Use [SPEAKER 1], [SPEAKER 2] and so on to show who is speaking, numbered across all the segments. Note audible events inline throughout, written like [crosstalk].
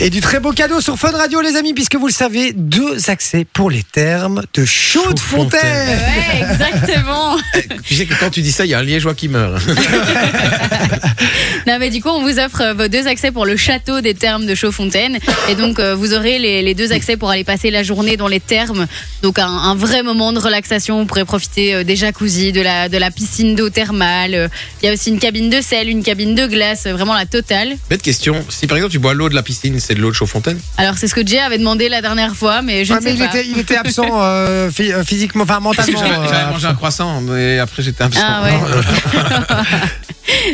[SPEAKER 1] Et du très beau cadeau sur Fun Radio, les amis, puisque vous le savez, deux accès pour les thermes de Chaude-Fontaine.
[SPEAKER 2] Ouais, exactement.
[SPEAKER 3] Tu sais que quand tu dis ça, il y a un liégeois qui meurt.
[SPEAKER 2] Non, mais du coup, on vous offre euh, vos deux accès pour le château des thermes de Chaudfontaine. Et donc, euh, vous aurez les, les deux accès pour aller passer la journée dans les thermes. Donc, un, un vrai moment de relaxation. Vous pourrez profiter euh, des jacuzzis, de la, de la piscine d'eau thermale. Euh, Il y a aussi une cabine de sel, une cabine de glace, euh, vraiment la totale.
[SPEAKER 3] Bête question. Si par exemple tu bois l'eau de la piscine, c'est de l'eau de Chaudfontaine
[SPEAKER 2] Alors, c'est ce que Jay avait demandé la dernière fois, mais je
[SPEAKER 1] Ouais,
[SPEAKER 2] ne
[SPEAKER 1] Ah, mais
[SPEAKER 2] sais
[SPEAKER 1] il
[SPEAKER 2] pas.
[SPEAKER 1] était, il était absent euh, phy- euh, physiquement, enfin
[SPEAKER 3] Parce que
[SPEAKER 2] [laughs]
[SPEAKER 1] mentalement.
[SPEAKER 3] j'avais j'avais
[SPEAKER 1] euh,
[SPEAKER 3] mangé un croissant, mais après j'étais absent.
[SPEAKER 2] Ah ouais. [laughs]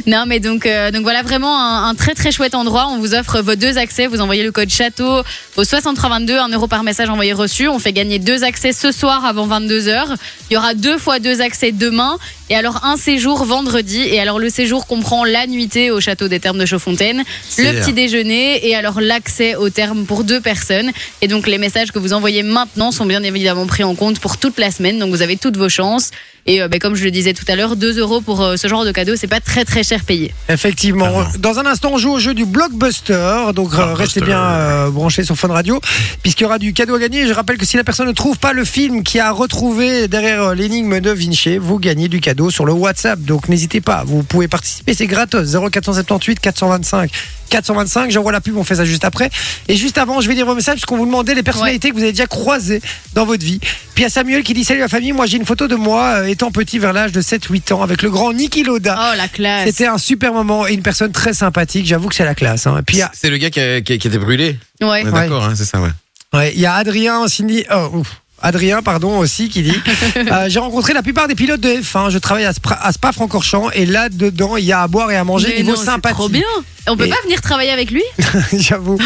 [SPEAKER 2] non mais donc euh, donc voilà vraiment un, un très très chouette endroit. On vous offre vos deux accès. Vous envoyez le code château au 6322, 1 euro par message envoyé reçu. On fait gagner deux accès ce soir avant 22 h Il y aura deux fois deux accès demain et alors un séjour vendredi. Et alors le séjour comprend la nuitée au château des Thermes de Chaudfontaine, le
[SPEAKER 3] bien.
[SPEAKER 2] petit déjeuner et alors l'accès aux Thermes pour deux personnes. Et donc les messages que vous envoyez maintenant sont bien évidemment pris en compte pour toute la semaine. Donc vous avez toutes vos chances. Et euh, ben, comme je le disais tout à l'heure, 2 euros pour euh, ce genre de cadeau, c'est pas très très cher payé.
[SPEAKER 1] Effectivement. Dans un instant, on joue au jeu du blockbuster. Donc euh, restez bien euh, branchés sur Fun Radio, puisqu'il y aura du cadeau à gagner. Je rappelle que si la personne ne trouve pas le film qui a retrouvé derrière euh, l'énigme de Vinci, vous gagnez du cadeau sur le WhatsApp. Donc n'hésitez pas, vous pouvez participer, c'est gratos. 0478 425 425. J'envoie la pub, on fait ça juste après. Et juste avant, je vais lire vos messages, parce qu'on vous demandait les personnalités que vous avez déjà croisées dans votre vie. Puis il y a Samuel qui dit Salut la famille, moi j'ai une photo de moi euh, étant petit vers l'âge de 7-8 ans avec le grand Niki Loda.
[SPEAKER 2] Oh la classe
[SPEAKER 1] C'était un super moment et une personne très sympathique. J'avoue que c'est la classe. hein. Et puis il y a-
[SPEAKER 3] C'est le gars qui, a- qui a- qui était brûlé.
[SPEAKER 2] Ouais.
[SPEAKER 3] On est D'accord, hein, c'est ça, ouais.
[SPEAKER 1] ouais, il y a Adrien aussi. oh, ouf. Adrien, pardon, aussi, qui
[SPEAKER 2] [laughs]
[SPEAKER 1] dit euh, J'ai rencontré la plupart des pilotes de F1. Je travaille à, Spra- à Spa-Francorchamps et là-dedans, il y a à boire et à manger
[SPEAKER 2] Mais
[SPEAKER 1] niveau
[SPEAKER 2] non, c'est
[SPEAKER 1] sympathie.
[SPEAKER 2] Trop bien. On peut
[SPEAKER 1] Et-
[SPEAKER 2] pas venir travailler avec lui
[SPEAKER 1] [laughs] J'avoue.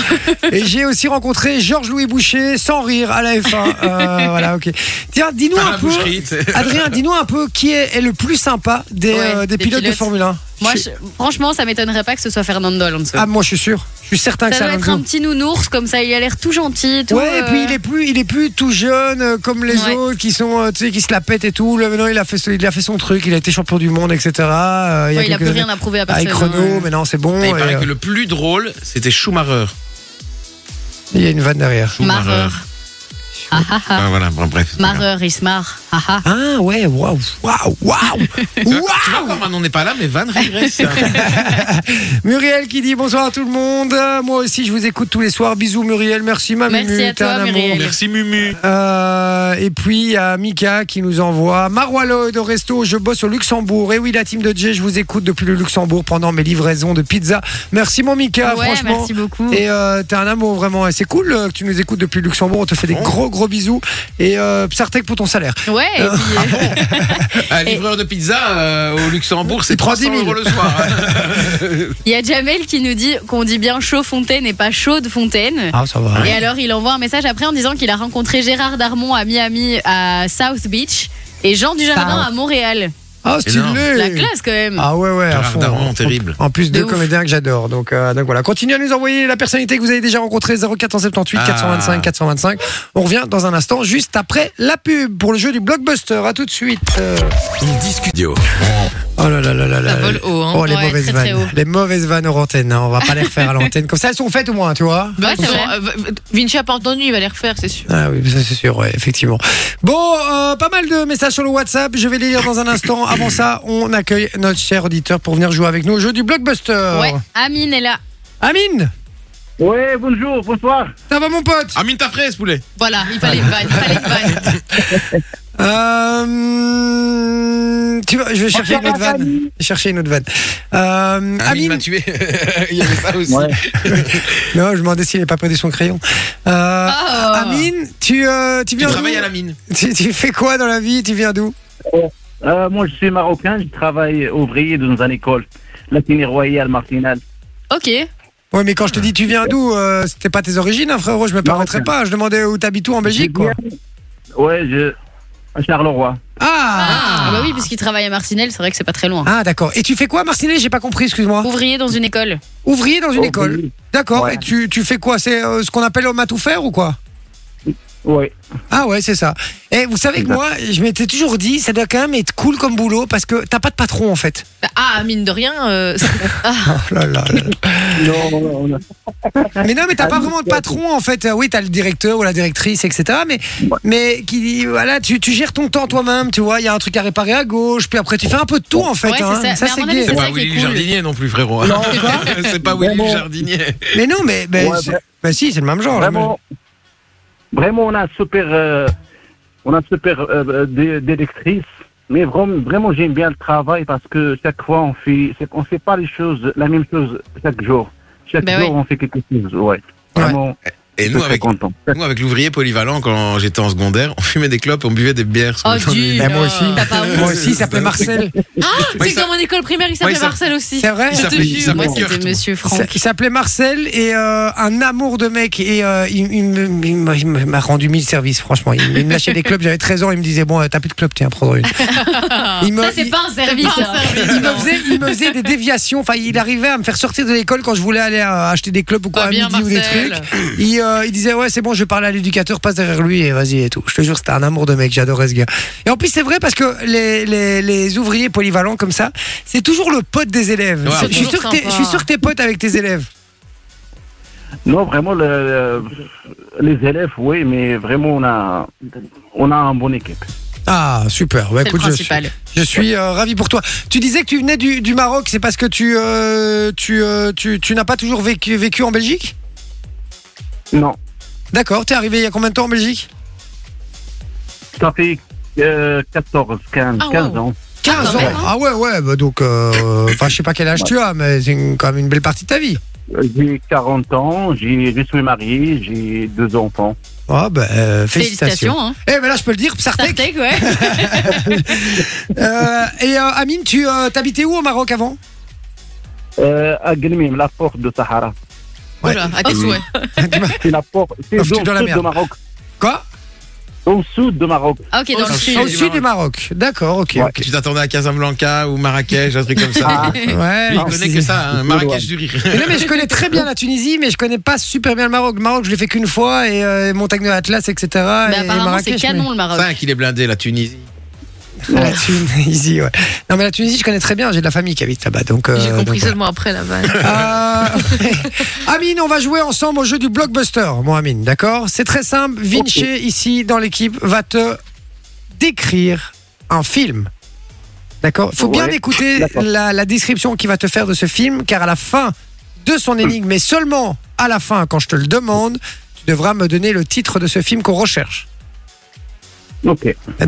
[SPEAKER 1] Et j'ai aussi rencontré Georges-Louis Boucher, sans rire, à la F1.
[SPEAKER 2] [laughs]
[SPEAKER 1] Euh, voilà, ok. Tiens, dis-nous
[SPEAKER 3] Par
[SPEAKER 1] un
[SPEAKER 3] la
[SPEAKER 1] peu.
[SPEAKER 3] boucherie, tu sais.
[SPEAKER 1] Adrien, dis-nous un peu qui est, est le plus sympa des,
[SPEAKER 2] Ouais,
[SPEAKER 1] euh, des
[SPEAKER 2] des
[SPEAKER 1] pilotes, de
[SPEAKER 2] pilotes.
[SPEAKER 1] Formule 1
[SPEAKER 2] Moi,
[SPEAKER 1] Je-
[SPEAKER 2] je- franchement, ça m'étonnerait pas que ce soit Fernando
[SPEAKER 3] Euh.
[SPEAKER 2] Alonso.
[SPEAKER 1] Ah, moi, je suis sûr. Je suis certain que
[SPEAKER 2] ça
[SPEAKER 1] ça
[SPEAKER 2] doit être un petit nounours comme ça. Il a l'air tout gentil. Tout,
[SPEAKER 1] ouais, et puis
[SPEAKER 2] euh,
[SPEAKER 1] il est plus, il est plus tout jeune euh, comme les
[SPEAKER 2] Ouais.
[SPEAKER 1] autres qui sont, euh, tu sais, qui se la pètent et tout. Là, maintenant, il a fait, ce- il a fait son truc, il a été champion du monde, etc. Euh,
[SPEAKER 2] ouais, il a
[SPEAKER 1] quelques
[SPEAKER 2] plus
[SPEAKER 1] années.
[SPEAKER 2] rien à prouver à personne.
[SPEAKER 1] Avec Renault,
[SPEAKER 2] hein.
[SPEAKER 1] mais non, c'est bon.
[SPEAKER 3] Et
[SPEAKER 1] et,
[SPEAKER 3] Bah, il paraît
[SPEAKER 1] euh,
[SPEAKER 3] que le plus drôle, c'était Schumacher.
[SPEAKER 1] Il y a une vanne derrière.
[SPEAKER 2] Marreur. Ah, ah, ah.
[SPEAKER 3] Ah, voilà, bon, bref. c'est pas grave.
[SPEAKER 2] Marreur, il se marre. Ah, ah.
[SPEAKER 1] Ah ouais, waouh, waouh,
[SPEAKER 3] [laughs]
[SPEAKER 1] waouh,
[SPEAKER 3] Tu vois,
[SPEAKER 1] waouh.
[SPEAKER 3] quand on n'est pas là, mais Van régresse. hein.
[SPEAKER 1] Muriel qui dit bonsoir à tout le monde. Euh, Moi aussi, je vous écoute tous les soirs. Bisous Muriel, merci ma
[SPEAKER 2] Merci
[SPEAKER 1] Mimu,
[SPEAKER 2] à
[SPEAKER 1] t'es
[SPEAKER 2] toi,
[SPEAKER 1] un amour.
[SPEAKER 2] Muriel.
[SPEAKER 3] Merci Mumu.
[SPEAKER 1] Euh, et puis il y a Mika qui nous envoie Marois Lloyd au resto, je bosse au Luxembourg. Et oui, la team de Jay, je vous écoute depuis le Luxembourg pendant mes livraisons de pizza. Merci mon Mika,
[SPEAKER 2] ouais,
[SPEAKER 1] Ah, franchement.
[SPEAKER 2] merci beaucoup.
[SPEAKER 1] Et euh, t'es un amour vraiment. Et c'est cool euh, que tu nous écoutes depuis le Luxembourg. On te fait des
[SPEAKER 3] Bon.
[SPEAKER 1] gros gros bisous. Et euh, Psartec pour ton salaire.
[SPEAKER 2] Ouais, et puis, euh,
[SPEAKER 1] [laughs]
[SPEAKER 3] Un livreur de pizza euh, au Luxembourg, c'est
[SPEAKER 1] 300
[SPEAKER 3] 300
[SPEAKER 1] 000.
[SPEAKER 3] euros le soir. hein.
[SPEAKER 2] il y a Jamel qui nous dit qu'on dit bien chaud fontaine et pas chaude fontaine.
[SPEAKER 1] Ah, ça va.
[SPEAKER 2] Et alors, il envoie un message après en disant qu'il a rencontré Gérard Darmon à Miami, à South Beach, et Jean Dujardin
[SPEAKER 1] South.
[SPEAKER 2] à Montréal.
[SPEAKER 1] Ah,
[SPEAKER 2] La
[SPEAKER 1] stylé.
[SPEAKER 2] classe, quand même.
[SPEAKER 1] Ah ouais ouais. à
[SPEAKER 3] Gérard
[SPEAKER 1] fond.
[SPEAKER 3] Darmon,
[SPEAKER 1] En-
[SPEAKER 3] terrible.
[SPEAKER 1] En plus
[SPEAKER 2] De
[SPEAKER 1] deux
[SPEAKER 2] ouf.
[SPEAKER 1] comédiens que j'adore. Donc, euh, donc voilà. Continuez à nous envoyer la personnalité que vous avez déjà rencontrée 0478
[SPEAKER 3] Ah.
[SPEAKER 1] 425 425. On revient dans un instant juste après la pub pour le jeu du blockbuster. À tout de suite. Euh,
[SPEAKER 4] On discute.
[SPEAKER 1] Oh là là là là là.
[SPEAKER 5] Euh,
[SPEAKER 2] Ça vole haut, hein.
[SPEAKER 1] Oh les
[SPEAKER 2] Ouais,
[SPEAKER 1] mauvaises
[SPEAKER 2] très, très
[SPEAKER 1] vannes.
[SPEAKER 2] haut.
[SPEAKER 1] Les mauvaises vannes hors antenne. hein. On va pas les refaire à l'antenne. Comme ça elles sont faites au moins, tu vois.
[SPEAKER 2] Ouais, c'est vrai.
[SPEAKER 5] Euh, v- v- Vinci a pas entendu, il va les refaire, c'est sûr.
[SPEAKER 1] Ah oui, ça c'est sûr, ouais, effectivement. Bon, euh, pas mal de messages sur le WhatsApp, je vais les lire dans un instant. Avant ça, on accueille notre cher auditeur pour venir jouer avec nous au jeu du blockbuster.
[SPEAKER 2] Ouais, Amine est là.
[SPEAKER 1] Amine,
[SPEAKER 6] Ouais, bonjour, bonsoir.
[SPEAKER 1] ça va mon pote
[SPEAKER 3] Amine ta fraise, poulet.
[SPEAKER 5] Voilà, il fallait une vanne, il fallait une
[SPEAKER 1] [laughs]
[SPEAKER 5] vanne.
[SPEAKER 1] Euh, tu vas, je vais chercher une
[SPEAKER 6] Bonsoir,
[SPEAKER 1] autre vanne. Je
[SPEAKER 6] Amine.
[SPEAKER 1] vais chercher une autre vanne. Euh,
[SPEAKER 3] Amine
[SPEAKER 1] Amine,
[SPEAKER 3] m'a tué. [laughs] il y avait ça aussi.
[SPEAKER 6] Ouais.
[SPEAKER 1] non, je me demandais s'il n'est pas prêté son crayon. Euh,
[SPEAKER 2] Ah.
[SPEAKER 1] Amine, tu, euh, tu
[SPEAKER 3] Tu
[SPEAKER 1] viens d'où
[SPEAKER 3] travailles à la mine.
[SPEAKER 1] tu, tu fais quoi dans la vie Tu viens d'où
[SPEAKER 6] Euh, moi, je suis marocain, je travaille ouvrier dans une école. La Tini Royale Martinale.
[SPEAKER 2] Oh. Ok.
[SPEAKER 1] Ouais, mais quand je te dis tu viens d'où, euh, c'était pas tes origines, hein, frérot. Je me permettrais
[SPEAKER 6] Marocain.
[SPEAKER 1] pas. Je demandais où t'habites où en Belgique, quoi.
[SPEAKER 6] Ouais, je. à Charleroi.
[SPEAKER 1] Ah
[SPEAKER 2] Ah, bah oui, puisqu'il travaille à Martinelle, c'est vrai que c'est pas très loin.
[SPEAKER 1] Ah d'accord. Et tu fais quoi Marcinet J'ai pas compris, excuse-moi.
[SPEAKER 2] Ouvrier dans une école.
[SPEAKER 1] Ouvrier dans une
[SPEAKER 6] Ouvrier.
[SPEAKER 1] école. D'accord.
[SPEAKER 6] Oh, Ouais.
[SPEAKER 1] Et tu, tu fais quoi C'est euh, ce qu'on appelle homme à tout faire ou quoi
[SPEAKER 6] Ouais.
[SPEAKER 1] Ah ouais, c'est ça. Et vous savez que moi, je m'étais toujours dit, ça doit quand même être cool comme boulot parce que t'as pas de patron en fait.
[SPEAKER 5] Bah, Ah, mine de rien.
[SPEAKER 1] [laughs]
[SPEAKER 5] euh, ça-
[SPEAKER 1] Oh là là là
[SPEAKER 6] Non,
[SPEAKER 1] Oh,
[SPEAKER 6] on a-
[SPEAKER 1] là. mais Ah, non, mais t'as pas vraiment de patron en fait. Euh, Oui, t'as le directeur ou la directrice, etc. Mais, mais qui dit, voilà, tu, tu gères ton temps toi-même, tu vois. Il y a un truc à réparer à gauche, puis après tu fais un peu de tout en fait.
[SPEAKER 2] Ouais, c'est
[SPEAKER 1] hein.
[SPEAKER 2] ça. Mais à mon avis,
[SPEAKER 1] gay.
[SPEAKER 2] c'est
[SPEAKER 3] C'est pas
[SPEAKER 2] ça qui est
[SPEAKER 3] Willy le
[SPEAKER 2] cool.
[SPEAKER 3] jardinier non plus, frérot.
[SPEAKER 1] Non,
[SPEAKER 3] [laughs] c'est pas Willy le
[SPEAKER 6] Vraiment.
[SPEAKER 3] jardinier.
[SPEAKER 1] Mais non, mais, mais
[SPEAKER 6] Ouais,
[SPEAKER 1] c'est-
[SPEAKER 6] ouais.
[SPEAKER 1] bah si, c'est le même genre. le même-
[SPEAKER 6] Vraiment, vraiment, on a un super, euh, on a un super euh, dé- délectrice. Mais vraiment, vraiment, j'aime bien le travail parce que chaque fois, on fait, c'est- on fait pas les choses, la même chose chaque jour. Chaque
[SPEAKER 2] Ben
[SPEAKER 6] jour, on fait quelque chose. Ouais. Vraiment,
[SPEAKER 3] Et
[SPEAKER 6] je
[SPEAKER 3] nous,
[SPEAKER 6] suis très
[SPEAKER 3] avec,
[SPEAKER 6] content.
[SPEAKER 3] nous, avec l'ouvrier polyvalent, quand j'étais en secondaire, on fumait des clopes, on buvait des bières.
[SPEAKER 5] Oh,
[SPEAKER 3] sur le temps
[SPEAKER 5] du-
[SPEAKER 3] libre.
[SPEAKER 1] Bah, moi aussi.
[SPEAKER 5] T'as pas honte
[SPEAKER 1] Moi aussi, il [laughs] s'appelait Marcel.
[SPEAKER 5] Ah,
[SPEAKER 3] Oui,
[SPEAKER 5] c'est que
[SPEAKER 3] ça-
[SPEAKER 5] dans mon école primaire, il
[SPEAKER 3] Oui,
[SPEAKER 5] s'appelait
[SPEAKER 3] ça-
[SPEAKER 5] Marcel aussi.
[SPEAKER 1] C'est vrai
[SPEAKER 3] Il
[SPEAKER 5] Je te
[SPEAKER 3] s'appelait- il
[SPEAKER 5] jure.
[SPEAKER 3] s'appelait
[SPEAKER 2] Moi, c'était
[SPEAKER 3] Kurt.
[SPEAKER 2] Monsieur
[SPEAKER 1] Il s'a-
[SPEAKER 2] Franck.
[SPEAKER 1] Il s'appelait Marcel et euh, un amour de mec et euh, il, il me- il m'a- il m'a rendu mille services franchement. Il, il me lâchait des clubs, j'avais 13 ans, il me disait bon euh, t'as plus de club, tiens prends
[SPEAKER 5] [laughs]
[SPEAKER 1] une. Il me,
[SPEAKER 2] Ça, c'est
[SPEAKER 1] il-
[SPEAKER 2] pas un service.
[SPEAKER 5] Pas un
[SPEAKER 2] hein.
[SPEAKER 5] service,
[SPEAKER 1] il me
[SPEAKER 5] non.
[SPEAKER 1] faisait, il me faisait des déviations. Enfin, il arrivait à me faire sortir de l'école quand je voulais aller euh, acheter des clubs ou quoi,
[SPEAKER 5] Pas
[SPEAKER 1] à
[SPEAKER 5] bien,
[SPEAKER 1] midi ou des
[SPEAKER 5] Marcel.
[SPEAKER 1] trucs. Il, euh, il disait ouais c'est bon je vais parler à l'éducateur passe derrière lui et vas-y et tout je te jure c'était un amour de mec j'adorais ce gars et en plus c'est vrai parce que les, les, les ouvriers polyvalents comme ça c'est toujours le pote des élèves
[SPEAKER 3] Ouais,
[SPEAKER 1] je, suis
[SPEAKER 5] toujours
[SPEAKER 1] sûr que t'es-
[SPEAKER 5] sympa.
[SPEAKER 1] je suis sûr que t'es pote avec tes élèves
[SPEAKER 6] Non, vraiment, le, euh, les élèves, oui, mais vraiment, on a, on a une bonne équipe.
[SPEAKER 1] ah super ouais,
[SPEAKER 2] C'est le
[SPEAKER 1] écoute je suis,
[SPEAKER 2] principal.
[SPEAKER 1] je suis, euh, ravi pour toi tu disais que tu venais du, du Maroc c'est parce que tu euh, tu, euh, tu tu n'as pas toujours vécu, vécu en Belgique
[SPEAKER 6] Non,
[SPEAKER 1] d'accord t'es arrivé il y a combien de temps en Belgique
[SPEAKER 6] ça fait euh, 14, 15,
[SPEAKER 5] Ah,
[SPEAKER 6] 15
[SPEAKER 5] wow.
[SPEAKER 6] ans.
[SPEAKER 1] 15
[SPEAKER 5] quand
[SPEAKER 1] ans
[SPEAKER 5] même, hein.
[SPEAKER 1] ah ouais ouais bah donc euh, enfin je sais pas quel âge tu as mais c'est une- quand même une belle partie de ta vie
[SPEAKER 6] Euh, J'ai 40 ans, j'ai- je suis marié, j'ai deux enfants.
[SPEAKER 1] Ah bah, euh, félicitations.
[SPEAKER 2] Félicitations. hein.
[SPEAKER 1] Eh ben là, je peux le dire, Psartek.
[SPEAKER 2] Sartek, ouais.
[SPEAKER 1] Euh, et euh, Amine, tu euh, t'habitais où au Maroc avant
[SPEAKER 6] Euh, à Guelmim, la porte de Sahara.
[SPEAKER 1] Ouais.
[SPEAKER 5] Voilà, à tes
[SPEAKER 6] Oui.
[SPEAKER 5] souhaits.
[SPEAKER 6] C'est la porte, c'est
[SPEAKER 1] Parce que
[SPEAKER 6] dans
[SPEAKER 1] dans la
[SPEAKER 6] le sud
[SPEAKER 1] merde.
[SPEAKER 6] de Maroc.
[SPEAKER 1] Quoi
[SPEAKER 6] Au sud de Maroc.
[SPEAKER 2] Ah, [laughs] ok, dans le
[SPEAKER 3] Au
[SPEAKER 2] sud.
[SPEAKER 3] sud.
[SPEAKER 1] Au sud du Maroc. D'accord, ok.
[SPEAKER 6] Ouais.
[SPEAKER 1] ok.
[SPEAKER 3] Tu t'attendais à Casablanca ou Marrakech, un truc comme ça.
[SPEAKER 1] Ouais,
[SPEAKER 3] Lui, il
[SPEAKER 1] non,
[SPEAKER 3] connaît
[SPEAKER 1] c'est-
[SPEAKER 3] que ça, hein, Marrakech du rire.
[SPEAKER 1] Mais non, mais je connais très bien la Tunisie, mais je connais pas super bien le Maroc. Le Maroc, je l'ai fait qu'une fois, et euh, Montagne de l'Atlas, etc.
[SPEAKER 2] Mais
[SPEAKER 1] et
[SPEAKER 2] apparemment, c'est
[SPEAKER 1] Marrakech,
[SPEAKER 2] canon le Maroc.
[SPEAKER 3] Ça, qu'il est blindé, la Tunisie.
[SPEAKER 1] mais- [laughs] La Tunisie, ouais. Non, mais la Tunisie, je connais très bien. J'ai de la famille qui habite là-bas, donc. euh,
[SPEAKER 5] J'ai
[SPEAKER 1] donc
[SPEAKER 5] compris
[SPEAKER 1] voilà.
[SPEAKER 5] seulement après
[SPEAKER 1] [laughs]
[SPEAKER 5] la vanne.
[SPEAKER 1] Euh, Amine, on va jouer ensemble au jeu du blockbuster, mon Amine, d'accord C'est très simple. Vinci, ici, dans l'équipe, va te décrire un film. D'accord Il faut bien
[SPEAKER 6] Ouais,
[SPEAKER 1] écouter
[SPEAKER 6] d'accord.
[SPEAKER 1] la, la description qu'il va te faire de ce film, car à la fin de son
[SPEAKER 6] Hmm.
[SPEAKER 1] énigme, mais seulement à la fin, quand je te le demande, tu devras me donner le titre de ce film qu'on recherche.
[SPEAKER 6] Ok.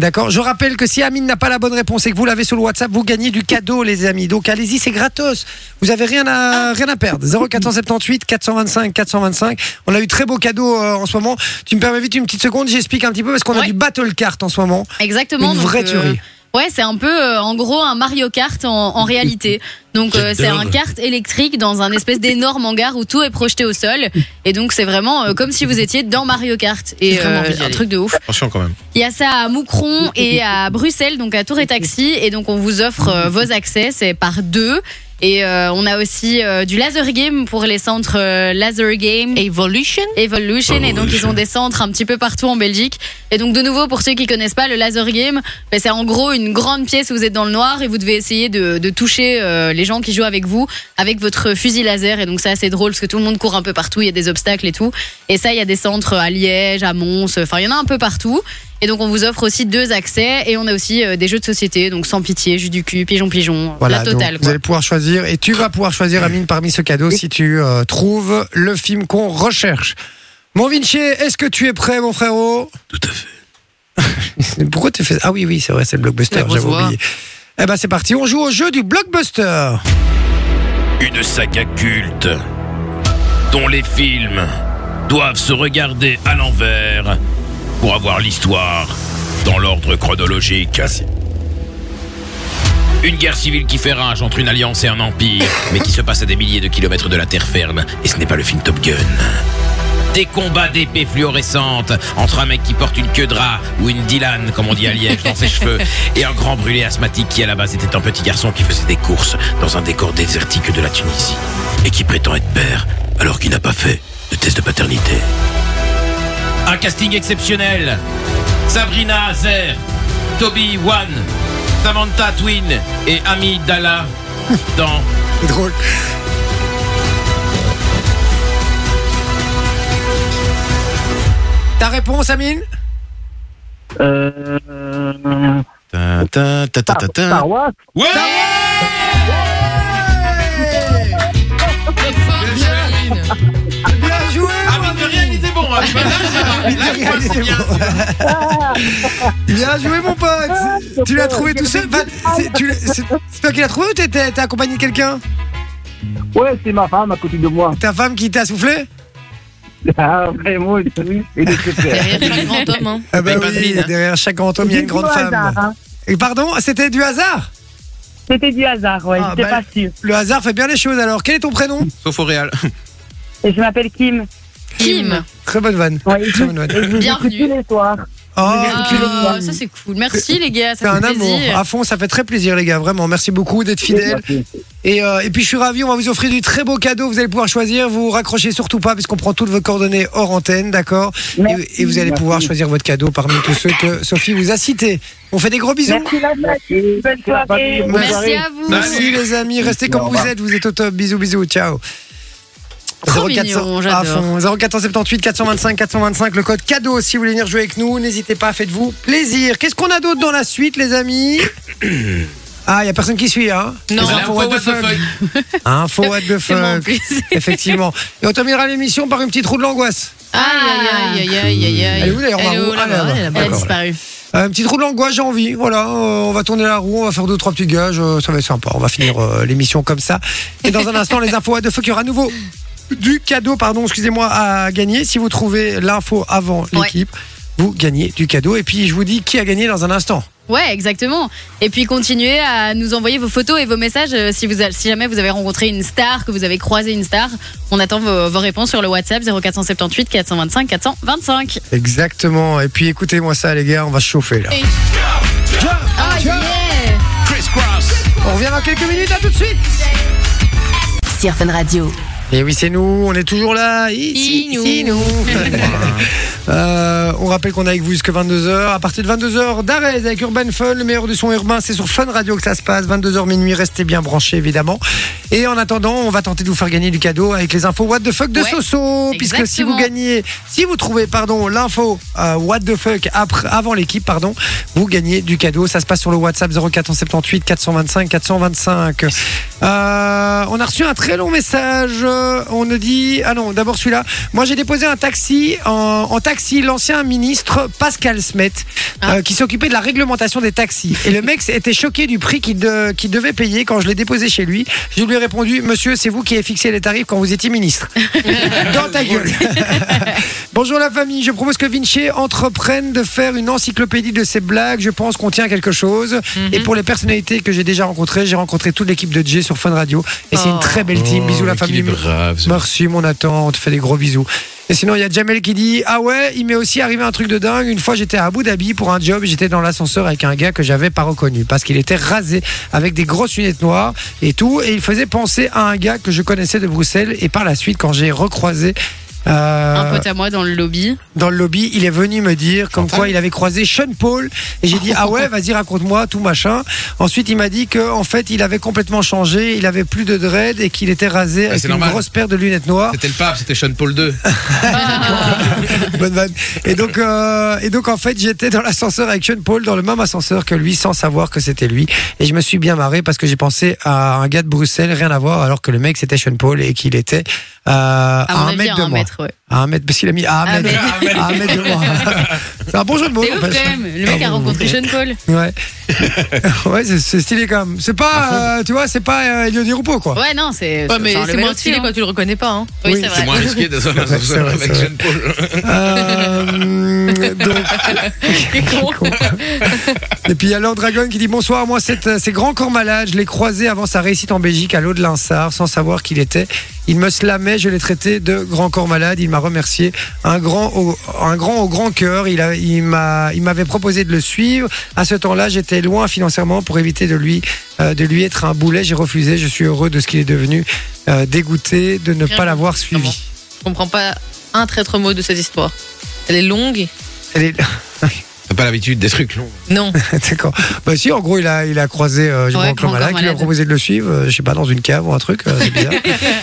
[SPEAKER 1] D'accord Je rappelle que si Amine n'a pas la bonne réponse et que vous l'avez sur le WhatsApp, vous gagnez du cadeau, les amis. Donc allez-y, c'est gratos. Vous avez rien
[SPEAKER 2] Ah.
[SPEAKER 1] à, rien à perdre. 0478 425 425. On a eu très beau cadeau euh, en ce moment. Tu me permets vite une petite seconde, j'explique un petit peu parce qu'on a
[SPEAKER 2] Ouais.
[SPEAKER 1] du battle card en ce moment.
[SPEAKER 2] Exactement.
[SPEAKER 1] Une
[SPEAKER 2] donc,
[SPEAKER 1] vraie
[SPEAKER 2] euh,
[SPEAKER 1] tuerie.
[SPEAKER 2] Ouais, c'est un peu euh, en gros un Mario Kart en, en réalité. Donc euh, c'est un kart électrique dans un espèce d'énorme hangar où tout est projeté au sol. Et donc c'est vraiment euh, comme si vous étiez dans Mario Kart. Et euh,
[SPEAKER 5] J'ai vraiment envie d'y
[SPEAKER 2] un
[SPEAKER 5] aller.
[SPEAKER 2] truc de ouf.
[SPEAKER 3] Attention quand même.
[SPEAKER 2] Il y a ça à Moucron et à Bruxelles, donc à Tour et Taxi. Et donc on vous offre euh, vos accès, c'est par deux. Et euh, on a aussi euh, du laser game pour les centres euh, laser game.
[SPEAKER 5] Evolution
[SPEAKER 2] Evolution et donc ils ont des centres un petit peu partout en Belgique et donc de nouveau pour ceux qui connaissent pas le laser game ben, c'est en gros une grande pièce où vous êtes dans le noir et vous devez essayer de, de toucher euh, les gens qui jouent avec vous avec votre fusil laser et donc c'est assez drôle parce que tout le monde court un peu partout il y a des obstacles et tout et ça il y a des centres à Liège à Mons enfin il y en a un peu partout et donc on vous offre aussi deux accès et on a aussi euh, des jeux de société donc sans pitié jus du cul pigeon pigeon
[SPEAKER 1] Voilà,
[SPEAKER 2] la
[SPEAKER 1] donc
[SPEAKER 2] totale
[SPEAKER 1] vous
[SPEAKER 2] quoi.
[SPEAKER 1] allez pouvoir choisir et tu vas pouvoir choisir Amine parmi ce cadeau si tu euh, trouves le film qu'on recherche. Mon Vinci, est-ce que tu es prêt, mon frérot Tout à fait. [laughs] Pourquoi tu fais Ah oui, oui, c'est vrai, c'est le blockbuster,
[SPEAKER 5] La grosse
[SPEAKER 1] j'avais
[SPEAKER 5] voix.
[SPEAKER 1] oublié. Eh ben c'est parti, on joue au jeu du blockbuster.
[SPEAKER 4] Une saga culte dont les films doivent se regarder à l'envers pour avoir l'histoire dans l'ordre chronologique. Une guerre civile qui fait rage entre une alliance et un empire, mais qui se passe à des milliers de kilomètres de la terre ferme, et ce n'est pas le film Top Gun. Des combats d'épées fluorescentes entre un mec qui porte une queue de rat ou une Dylan, comme on dit à Liège, dans ses cheveux, et un grand brûlé asthmatique qui à la base était un petit garçon qui faisait des courses dans un décor désertique de la Tunisie, et qui prétend être père alors qu'il n'a pas fait de test de paternité. Un casting exceptionnel. Sabrina Azer, Toby Wan, Samantha Twin et Ami Dalla dans
[SPEAKER 1] C'est drôle. Ta réponse, Amine
[SPEAKER 6] Euh, euh,
[SPEAKER 3] Tin, tin, ta, ta, ta, tin.
[SPEAKER 6] Star Wars
[SPEAKER 4] Ouais
[SPEAKER 1] Bien joué
[SPEAKER 4] Ah
[SPEAKER 1] mon
[SPEAKER 4] mais de rien il était bon hein. Là, ça va. Là,
[SPEAKER 1] Mine de rien,
[SPEAKER 4] je pense
[SPEAKER 1] c'est
[SPEAKER 4] bien.
[SPEAKER 1] bon. [laughs] Bien joué, mon
[SPEAKER 7] Ah,
[SPEAKER 1] pote Tu l'as trouvé tout seul Enfin, c'est- tu l'as- C'est c'est toi qui l'as trouvé ou t'es t'es- t'es accompagné de quelqu'un
[SPEAKER 6] Ouais, c'est ma femme à côté de moi. [laughs]
[SPEAKER 1] Ta femme qui t'a soufflé
[SPEAKER 6] Ah, vraiment, il est- il est
[SPEAKER 5] [laughs]
[SPEAKER 6] super.
[SPEAKER 5] Derrière, il y a un grand homme. hein.
[SPEAKER 1] Ah bah
[SPEAKER 3] Avec pas de
[SPEAKER 1] oui,
[SPEAKER 3] mine, hein.
[SPEAKER 1] derrière chaque grand homme, il y a une
[SPEAKER 7] C'était
[SPEAKER 1] grande
[SPEAKER 7] du
[SPEAKER 1] femme.
[SPEAKER 7] hasard, hein.
[SPEAKER 1] Et pardon, c'était du hasard
[SPEAKER 7] C'était du hasard, ouais,
[SPEAKER 1] Ah,
[SPEAKER 7] j'étais
[SPEAKER 1] bah-
[SPEAKER 7] pas sûre.
[SPEAKER 1] Le hasard fait bien les choses alors. Quel est ton prénom
[SPEAKER 3] Sauf au Real.
[SPEAKER 7] Et je m'appelle Kim.
[SPEAKER 2] Kim.
[SPEAKER 1] Très bonne vanne.
[SPEAKER 7] Ouais, et je,
[SPEAKER 1] Très bonne vanne.
[SPEAKER 7] et je vous
[SPEAKER 2] Bienvenue.
[SPEAKER 7] écoute tous les soirs.
[SPEAKER 1] Oh,
[SPEAKER 2] Ah, ça c'est cool. Merci les gars,
[SPEAKER 1] c'est
[SPEAKER 2] ça
[SPEAKER 1] un
[SPEAKER 2] fait
[SPEAKER 1] amour. Ah,
[SPEAKER 2] plaisir.
[SPEAKER 1] À fond, ça fait très plaisir, les gars. Vraiment, merci beaucoup d'être fidèles. Et, euh, et puis, je suis ravi. On va vous offrir du très beau cadeau. Vous allez pouvoir choisir. Vous raccrochez surtout pas, puisqu'on prend toutes vos coordonnées hors antenne, d'accord et,
[SPEAKER 7] Merci,
[SPEAKER 1] et vous allez
[SPEAKER 7] merci.
[SPEAKER 1] pouvoir choisir votre cadeau parmi tous ceux que Sophie vous a cités. On fait des gros bisous.
[SPEAKER 7] Merci la fête. Bonne soirée.
[SPEAKER 6] Bonne
[SPEAKER 2] Merci à vous.
[SPEAKER 1] Merci les amis, restez comme
[SPEAKER 6] Au
[SPEAKER 1] vous
[SPEAKER 6] revoir.
[SPEAKER 1] êtes, vous êtes au top, bisous bisous, ciao.
[SPEAKER 2] Trop mignon,
[SPEAKER 1] à
[SPEAKER 2] j'adore.
[SPEAKER 1] fond. 0478 425 425, le code cadeau si vous voulez venir jouer avec nous, n'hésitez pas, faites-vous plaisir. Qu'est-ce qu'on a d'autre dans la suite les amis [coughs] Ah, il a personne qui suit, hein
[SPEAKER 5] Non.
[SPEAKER 1] Les
[SPEAKER 3] Allez,
[SPEAKER 1] infos what
[SPEAKER 3] un faux
[SPEAKER 1] the fuck.
[SPEAKER 3] what the fuck.
[SPEAKER 1] Info what the
[SPEAKER 2] C'est moi en
[SPEAKER 1] fuck.
[SPEAKER 2] plus.
[SPEAKER 1] [laughs] Effectivement. Et on terminera l'émission par une petite roue de l'angoisse.
[SPEAKER 2] Aïe, aïe, aïe, aïe, aïe, aïe.
[SPEAKER 1] Elle est où, d'ailleurs,
[SPEAKER 2] Elle est
[SPEAKER 1] Margot
[SPEAKER 2] où, là-bas,
[SPEAKER 1] Ah, là-bas.
[SPEAKER 2] elle est là-bas. Elle a
[SPEAKER 1] D'accord. Euh,
[SPEAKER 2] disparu.
[SPEAKER 1] Un petit trou de l'angoisse, j'ai envie. Voilà, euh, on va tourner la roue, on va faire deux trois petits gages, euh, ça va être sympa. On va finir euh, l'émission comme ça. Et dans un instant, les infos à deux fois qu'il y aura à nouveau du cadeau, pardon, excusez-moi, à gagner. Si vous trouvez l'info avant l'équipe, vous gagnez du cadeau. Et puis je vous dis qui a gagné dans un instant.
[SPEAKER 2] Ouais, exactement. Et puis continuez à nous envoyer vos photos et vos messages euh, si, vous a- si jamais vous avez rencontré une star, que vous avez croisé une star. On attend vos, vos réponses sur le WhatsApp 0478 425 425.
[SPEAKER 1] Exactement. Et puis écoutez-moi ça, les gars, on va se chauffer là.
[SPEAKER 2] Et- Oh yeah
[SPEAKER 4] Chris Cross.
[SPEAKER 1] On revient dans quelques minutes, à tout de suite.
[SPEAKER 8] Sur Fun Radio.
[SPEAKER 1] Et oui, c'est nous, on est toujours là. Ici,
[SPEAKER 5] Ici,
[SPEAKER 1] ici,
[SPEAKER 5] [laughs]
[SPEAKER 1] nous. Euh, on rappelle qu'on est avec vous jusqu'à 22h. À partir de 22h, d'Arez avec Urban Fun, le meilleur du son urbain. C'est sur Fun Radio que ça se passe. 22h minuit, restez bien branchés, évidemment. Et en attendant, on va tenter de vous faire gagner du cadeau avec les infos What the fuck de
[SPEAKER 2] Ouais,
[SPEAKER 1] Soso. Puisque si vous
[SPEAKER 2] exactement.
[SPEAKER 1] gagnez, si vous trouvez, pardon, l'info euh, What the fuck après, avant l'équipe, pardon, vous gagnez du cadeau. Ça se passe sur le WhatsApp 0478 425 425. Euh, on a reçu un très long message. Euh, On nous dit. Ah non, d'abord celui-là. Moi, j'ai déposé un taxi en, en taxi l'ancien ministre Pascal Smet, euh, qui s'occupait de la réglementation des taxis. Et le mec était choqué du prix qu'il de- qu'il devait payer quand je l'ai déposé chez lui. Je lui ai répondu Monsieur, c'est vous qui avez fixé les tarifs quand vous étiez ministre. Dans ta gueule. Bonjour la famille, je propose que Vinci entreprenne de faire une encyclopédie de ses blagues. Je pense qu'on tient quelque chose. Et pour les personnalités que j'ai déjà rencontrées, j'ai rencontré toute l'équipe de J sur Fun Radio. Et c'est une
[SPEAKER 5] Oh.
[SPEAKER 1] très belle team. Bisous la famille. Merci mon Nathan, on te fait des gros bisous. Et sinon, il y a Jamel qui dit Ah ouais, il m'est aussi arrivé un truc de dingue. Une fois, j'étais à Abu Dhabi pour un job. et J'étais dans l'ascenseur avec un gars que j'avais pas reconnu parce qu'il était rasé avec des grosses lunettes noires et tout. Et il faisait penser à un gars que je connaissais de Bruxelles. Et par la suite, quand j'ai recroisé. euh,
[SPEAKER 2] Un pote à moi dans le lobby.
[SPEAKER 1] dans le lobby, il est venu me dire comme
[SPEAKER 3] Chantal
[SPEAKER 1] quoi il avait croisé Sean Paul et j'ai dit ah ouais vas-y raconte-moi tout machin. Ensuite il m'a dit que en fait il avait complètement changé, il avait plus de dread et qu'il était rasé avec
[SPEAKER 3] Ah, c'est
[SPEAKER 1] une
[SPEAKER 3] normal.
[SPEAKER 1] grosse paire de lunettes noires.
[SPEAKER 3] C'était le pape, c'était Sean Paul II.
[SPEAKER 1] Ah,
[SPEAKER 5] Ah,
[SPEAKER 1] [laughs] Bonne vanne. Et donc euh, et donc en fait j'étais dans l'ascenseur avec Sean Paul dans le même ascenseur que lui sans savoir que c'était lui et je me suis bien marré parce que j'ai pensé à un gars de Bruxelles rien à voir alors que le mec c'était Sean Paul et qu'il était euh, à
[SPEAKER 2] À mon
[SPEAKER 1] un
[SPEAKER 2] avis,
[SPEAKER 1] mètre
[SPEAKER 2] à
[SPEAKER 1] de
[SPEAKER 2] un
[SPEAKER 1] moi.
[SPEAKER 2] mètre, ouais.
[SPEAKER 1] À un mètre, parce qu'il a mis à un
[SPEAKER 2] Ah,
[SPEAKER 1] mètre. [laughs]
[SPEAKER 3] mais-
[SPEAKER 1] À un mètre de
[SPEAKER 2] [laughs]
[SPEAKER 1] moi. C'est Ah, un bon jeu de mots.
[SPEAKER 2] C'est ouf
[SPEAKER 1] n'empêche.
[SPEAKER 2] quand même. Le mec a rencontré Sean Paul.
[SPEAKER 1] Ouais. ouais, [laughs] c'est- c'est stylé quand même. C'est pas, euh, tu vois, c'est pas euh, Elio Di Rupo, quoi.
[SPEAKER 2] Ouais, non, c'est.
[SPEAKER 5] Ouais, mais
[SPEAKER 2] enfin, le
[SPEAKER 5] c'est
[SPEAKER 2] même
[SPEAKER 5] moins
[SPEAKER 2] style,
[SPEAKER 5] stylé
[SPEAKER 2] hein.
[SPEAKER 5] quand tu le reconnais pas. hein.
[SPEAKER 2] Oui,
[SPEAKER 1] Oui,
[SPEAKER 2] c'est
[SPEAKER 3] C'est
[SPEAKER 2] vrai.
[SPEAKER 3] moins risqué de un
[SPEAKER 1] vrai, [laughs] c'est
[SPEAKER 3] ascenseur
[SPEAKER 1] vrai,
[SPEAKER 3] avec
[SPEAKER 1] c'est vrai.
[SPEAKER 3] Sean Paul.
[SPEAKER 2] [laughs]
[SPEAKER 1] Euh, donc,
[SPEAKER 5] [laughs] con.
[SPEAKER 1] Et puis il y a Lord Dragon qui dit Bonsoir, moi c'est, euh, c'est Grand Corps Malade, je l'ai croisé avant sa réussite en Belgique à l'eau de Linsard sans savoir qui il était. Il me slamait, je l'ai traité de Grand Corps Malade, il m'a remercié. Un grand au, un grand, au grand cœur, il, a- il, m'a, il m'avait proposé de le suivre. À ce temps-là, j'étais loin financièrement pour éviter de lui, euh, de lui être un boulet. J'ai refusé, je suis heureux de ce qu'il est devenu, euh, dégoûté de ne
[SPEAKER 5] Rien
[SPEAKER 1] pas
[SPEAKER 5] de-
[SPEAKER 1] l'avoir suivi.
[SPEAKER 5] Je comprends pas un traître mot de cette histoire. Elle est longue
[SPEAKER 1] Elle est...
[SPEAKER 3] T'as pas l'habitude des trucs longs.
[SPEAKER 1] [laughs]
[SPEAKER 5] Non.
[SPEAKER 1] D'accord. Bah si, en gros, il a, il a croisé euh, Jérôme
[SPEAKER 2] Ouais,
[SPEAKER 1] Claude Malin,
[SPEAKER 2] Grand
[SPEAKER 1] qui lui a
[SPEAKER 2] Malade.
[SPEAKER 1] proposé de le suivre, euh, je sais pas, dans une cave ou un truc, euh, c'est
[SPEAKER 2] [laughs]
[SPEAKER 1] bizarre.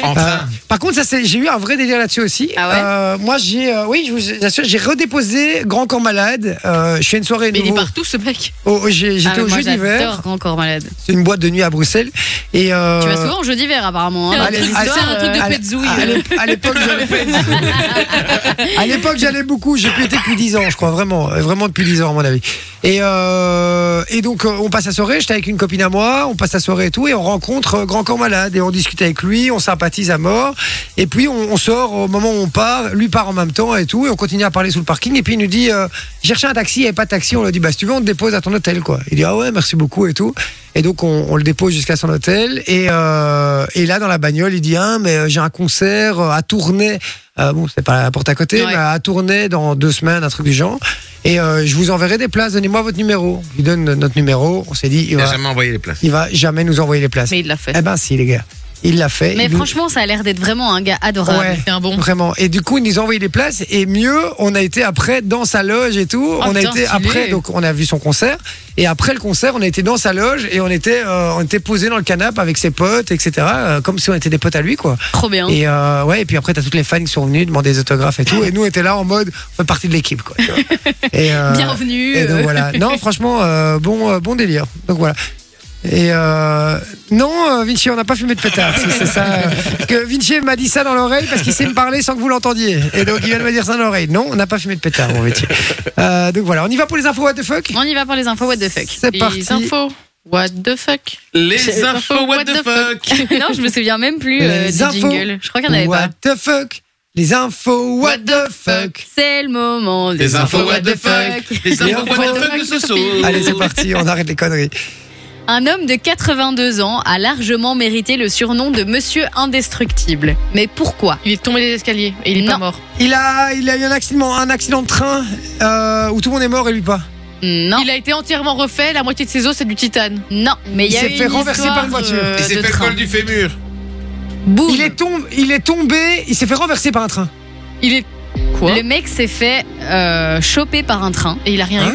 [SPEAKER 3] En
[SPEAKER 1] Euh,
[SPEAKER 3] train.
[SPEAKER 1] par contre, ça, c'est- j'ai eu un vrai délire là-dessus aussi.
[SPEAKER 2] Ah ouais
[SPEAKER 1] Euh, moi, j'ai, euh, oui, je vous assure, j'ai redéposé Grand Corps Malade. Euh, je fais une soirée
[SPEAKER 5] Mais il est
[SPEAKER 1] nouveau.
[SPEAKER 5] partout ce mec.
[SPEAKER 1] Oh, oh, j'ai-
[SPEAKER 2] Ah,
[SPEAKER 1] J'étais
[SPEAKER 2] mais
[SPEAKER 1] au
[SPEAKER 2] moi,
[SPEAKER 1] jeu d'hiver.
[SPEAKER 2] j'adore Grand Corps Malade.
[SPEAKER 1] C'est une boîte de nuit à Bruxelles. Et euh,
[SPEAKER 2] Tu vas souvent au jeu d'hiver, apparemment. hein.
[SPEAKER 1] à
[SPEAKER 5] Allez,
[SPEAKER 1] l'é- à-
[SPEAKER 5] histoire, un truc de
[SPEAKER 1] à l'é-
[SPEAKER 5] Petzouille.
[SPEAKER 1] à l'é- à l'époque,
[SPEAKER 2] [laughs]
[SPEAKER 1] j'allais- [laughs] à l'époque, j'allais beaucoup. J'ai plus été depuis 10 ans, je crois, vraiment. Euh, Vraiment depuis 10 ans, à mon avis. Et, euh, et donc, euh, on passe la soirée. J'étais avec une copine à moi. On passe la soirée et tout. Et on rencontre euh, Grand Corps Malade. Et on discute avec lui. On sympathise à mort. Et puis, on, on sort au moment où on part. Lui part en même temps et tout. Et on continue à parler sous le parking. Et puis, il nous dit euh, J'ai recherché un taxi. Il n'y avait pas de taxi. On lui dit Bah, si tu veux, on te dépose à ton hôtel, quoi. Il dit Ah ouais, merci beaucoup et tout. Et donc, on, on le dépose jusqu'à son hôtel. Et, euh, et là, dans la bagnole, il dit Ah, mais euh, j'ai un concert euh, à tourner. Euh, bon, c'est pas à la porte à côté,
[SPEAKER 2] Ouais.
[SPEAKER 1] mais à tourner dans deux semaines, un truc du genre. Et euh, je vous enverrai des places, donnez-moi votre numéro. Il donne notre numéro, on s'est dit, il
[SPEAKER 3] Il a
[SPEAKER 1] va,
[SPEAKER 3] jamais envoyé les places.
[SPEAKER 1] il va jamais nous envoyer les places.
[SPEAKER 5] Mais il l'a fait.
[SPEAKER 1] Eh ben si, les gars, il l'a fait.
[SPEAKER 2] Mais
[SPEAKER 1] Il nous-
[SPEAKER 2] franchement, ça a l'air d'être vraiment un gars adorable.
[SPEAKER 1] Ah Ouais.
[SPEAKER 5] C'est un bon.
[SPEAKER 1] Vraiment. Et du coup, ils nous ont envoyé les places. Et mieux, on a été après dans sa loge et tout. on a
[SPEAKER 5] putain,
[SPEAKER 1] été
[SPEAKER 5] stylé.
[SPEAKER 1] après, donc on a vu son concert. Et après le concert, on a été dans sa loge et on était, euh, on était posé dans le canapé avec ses potes, etc. euh, comme si on était des potes à lui, quoi.
[SPEAKER 2] Trop bien.
[SPEAKER 1] Et euh, ouais, et puis après, t'as toutes les fans qui sont venues demander des autographes et tout. Et nous, on était là en mode, on fait partie de l'équipe, quoi. tu vois. Et, euh,
[SPEAKER 2] Bienvenue.
[SPEAKER 1] et donc
[SPEAKER 2] euh,
[SPEAKER 1] voilà. Non, franchement, euh, bon, euh, bon délire. Donc voilà. Et euh, non, euh, Vinci, on n'a pas fumé de pétard. c'est- c'est ça. euh, que Vinci m'a dit ça dans l'oreille parce qu'il sait me parler sans que vous l'entendiez. Et donc il vient de me dire ça dans l'oreille. Non, on n'a pas fumé de pétard, mon Vinci. Euh, donc voilà, on y va pour les infos. What the fuck
[SPEAKER 2] On y va pour les infos, what the fuck.
[SPEAKER 1] C'est parti.
[SPEAKER 5] Les infos. What the fuck
[SPEAKER 3] Les infos, what the fuck
[SPEAKER 2] [laughs] non, je me souviens même plus euh,
[SPEAKER 1] Les
[SPEAKER 2] du
[SPEAKER 1] infos.
[SPEAKER 2] jingle. Je crois qu'il n'y en avait
[SPEAKER 1] What
[SPEAKER 2] pas.
[SPEAKER 1] the fuck Les infos. What the fuck
[SPEAKER 2] C'est le moment des
[SPEAKER 3] Les infos,
[SPEAKER 2] infos,
[SPEAKER 3] what the fuck Les infos, what the fuck de ce saut
[SPEAKER 1] Allez, c'est parti. On arrête les conneries.
[SPEAKER 2] Un homme de 82 ans a largement mérité le surnom de Monsieur Indestructible. Mais pourquoi
[SPEAKER 5] Il est tombé des escaliers et il est
[SPEAKER 2] Non.
[SPEAKER 5] pas mort.
[SPEAKER 1] Il a, il a eu un accident, un accident de train euh, où tout le monde est mort et lui pas.
[SPEAKER 2] Non,
[SPEAKER 5] Il a été entièrement refait, la moitié de ses os c'est du titane.
[SPEAKER 2] non, mais il y
[SPEAKER 1] Il
[SPEAKER 2] a
[SPEAKER 1] s'est
[SPEAKER 2] eu
[SPEAKER 1] fait
[SPEAKER 2] une
[SPEAKER 1] renverser
[SPEAKER 2] histoire,
[SPEAKER 1] par une voiture.
[SPEAKER 2] euh,
[SPEAKER 3] Il s'est
[SPEAKER 2] de
[SPEAKER 3] fait le
[SPEAKER 2] train.
[SPEAKER 3] col du fémur.
[SPEAKER 2] Boum.
[SPEAKER 1] Il est, tom- il est tombé, il s'est fait renverser par un train.
[SPEAKER 5] Il est. Quoi
[SPEAKER 2] Le mec s'est fait euh, choper par un train
[SPEAKER 5] Et il a rien
[SPEAKER 1] Hein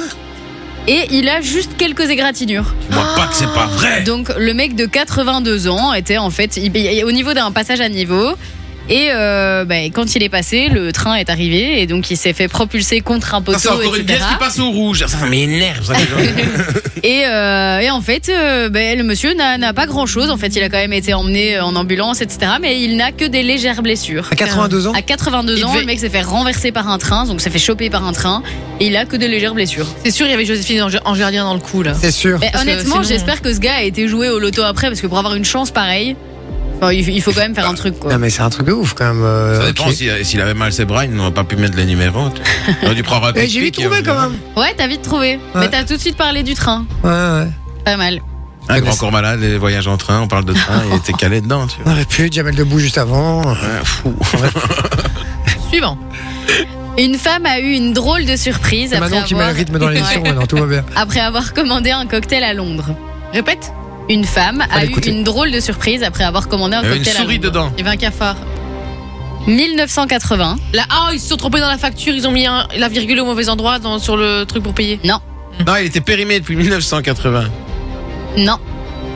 [SPEAKER 5] eu.
[SPEAKER 2] et il a juste quelques égratignures.
[SPEAKER 4] Moi pas que c'est pas vrai.
[SPEAKER 2] Donc le mec de 82 ans était en fait il- il- au niveau d'un passage à niveau. Et euh, bah, quand il est passé, le train est arrivé et donc il s'est fait propulser contre un
[SPEAKER 3] Ça, C'est
[SPEAKER 2] poteau,
[SPEAKER 3] encore une
[SPEAKER 2] etc.
[SPEAKER 3] pièce qui passe au rouge. Ça m'énerve. ça, les gens.
[SPEAKER 2] Et, euh, et en fait, euh, bah, le monsieur n'a n'a pas grand-chose. En fait, il a quand même été emmené euh, en ambulance, etc. Mais il n'a que des légères blessures.
[SPEAKER 1] À 82 ans
[SPEAKER 2] À 82
[SPEAKER 5] Il
[SPEAKER 2] ans,
[SPEAKER 5] devait-
[SPEAKER 2] le mec s'est fait renverser par un train, donc s'est fait choper par un train, et il a que des légères blessures.
[SPEAKER 5] C'est sûr, il y avait Joséphine Ange- Angelien dans le coup là.
[SPEAKER 1] C'est sûr.
[SPEAKER 2] Mais
[SPEAKER 5] Parce que
[SPEAKER 2] honnêtement,
[SPEAKER 5] sinon-
[SPEAKER 2] j'espère que ce gars a été joué au loto après, parce que pour avoir une chance pareille, enfin, il il faut quand même faire un truc. Quoi.
[SPEAKER 1] Non mais c'est un truc de ouf quand même. euh,
[SPEAKER 3] Ça dépend
[SPEAKER 1] ok.
[SPEAKER 3] si- s'il avait mal ses bras, ils n'ont pas pu mettre les [laughs] numéros. On aurait dû prendre un
[SPEAKER 1] Eh, J'ai vite
[SPEAKER 3] pique-pique,
[SPEAKER 1] trouvé
[SPEAKER 3] euh,
[SPEAKER 1] quand même.
[SPEAKER 2] Ouais, t'as vite trouvé. Mais t'as tout de suite parlé du train.
[SPEAKER 1] Ouais ouais.
[SPEAKER 2] Pas mal.
[SPEAKER 3] Un grand corps malade, les voyages en train, on parle de train, il était calé dedans, tu vois.
[SPEAKER 1] On aurait pu être Jamel debout juste avant.
[SPEAKER 3] Ouais, fou.
[SPEAKER 5] Suivant.
[SPEAKER 2] Une femme a eu une drôle de surprise
[SPEAKER 1] C'est
[SPEAKER 2] après
[SPEAKER 1] Manon qui met
[SPEAKER 2] avoir,
[SPEAKER 1] le rythme
[SPEAKER 2] [laughs]
[SPEAKER 1] dans l'émission maintenant, tout va bien.
[SPEAKER 2] après avoir commandé un cocktail à Londres.
[SPEAKER 5] Répète.
[SPEAKER 2] Une femme a eu
[SPEAKER 1] l'écouter.
[SPEAKER 2] une drôle de surprise après avoir commandé un
[SPEAKER 3] Il y avait une
[SPEAKER 2] cocktail à
[SPEAKER 3] souris
[SPEAKER 2] Londres.
[SPEAKER 3] dedans.
[SPEAKER 5] Il y avait un cafard.
[SPEAKER 2] 1980.
[SPEAKER 5] Là, ah, ils se sont trompés dans la facture, ils ont mis un- la virgule au mauvais endroit dans- sur le truc pour payer.
[SPEAKER 3] Non, il était périmé depuis 1980.
[SPEAKER 2] Non.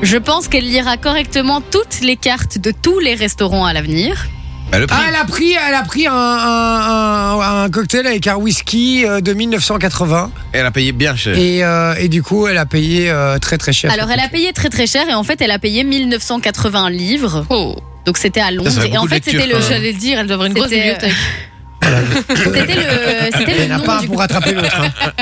[SPEAKER 2] Je pense qu'elle lira correctement toutes les cartes de tous les restaurants à l'avenir.
[SPEAKER 3] Bah, le prix.
[SPEAKER 1] Ah elle a pris, elle a pris un, un- un- un cocktail avec un whisky euh, de 1980
[SPEAKER 3] Elle a payé bien cher.
[SPEAKER 1] et, euh, et du coup elle a payé euh, très très cher.
[SPEAKER 2] Alors elle a payé très très cher et en fait elle a payé 1980 livres.
[SPEAKER 5] Oh.
[SPEAKER 2] Donc c'était à Londres
[SPEAKER 3] Ça, ça fait
[SPEAKER 2] et en
[SPEAKER 3] beaucoup de
[SPEAKER 2] fait c'était
[SPEAKER 3] lectures,
[SPEAKER 2] le
[SPEAKER 3] quand même.
[SPEAKER 5] J'allais le dire, elle doit avoir une grosse
[SPEAKER 2] C'était- euh,
[SPEAKER 5] bibliothèque.
[SPEAKER 2] c'était le
[SPEAKER 3] [laughs]
[SPEAKER 2] c'était
[SPEAKER 1] Il
[SPEAKER 2] le
[SPEAKER 1] n'y en a
[SPEAKER 2] nom
[SPEAKER 1] pas un
[SPEAKER 2] du
[SPEAKER 1] pour rattraper l'autre. hein.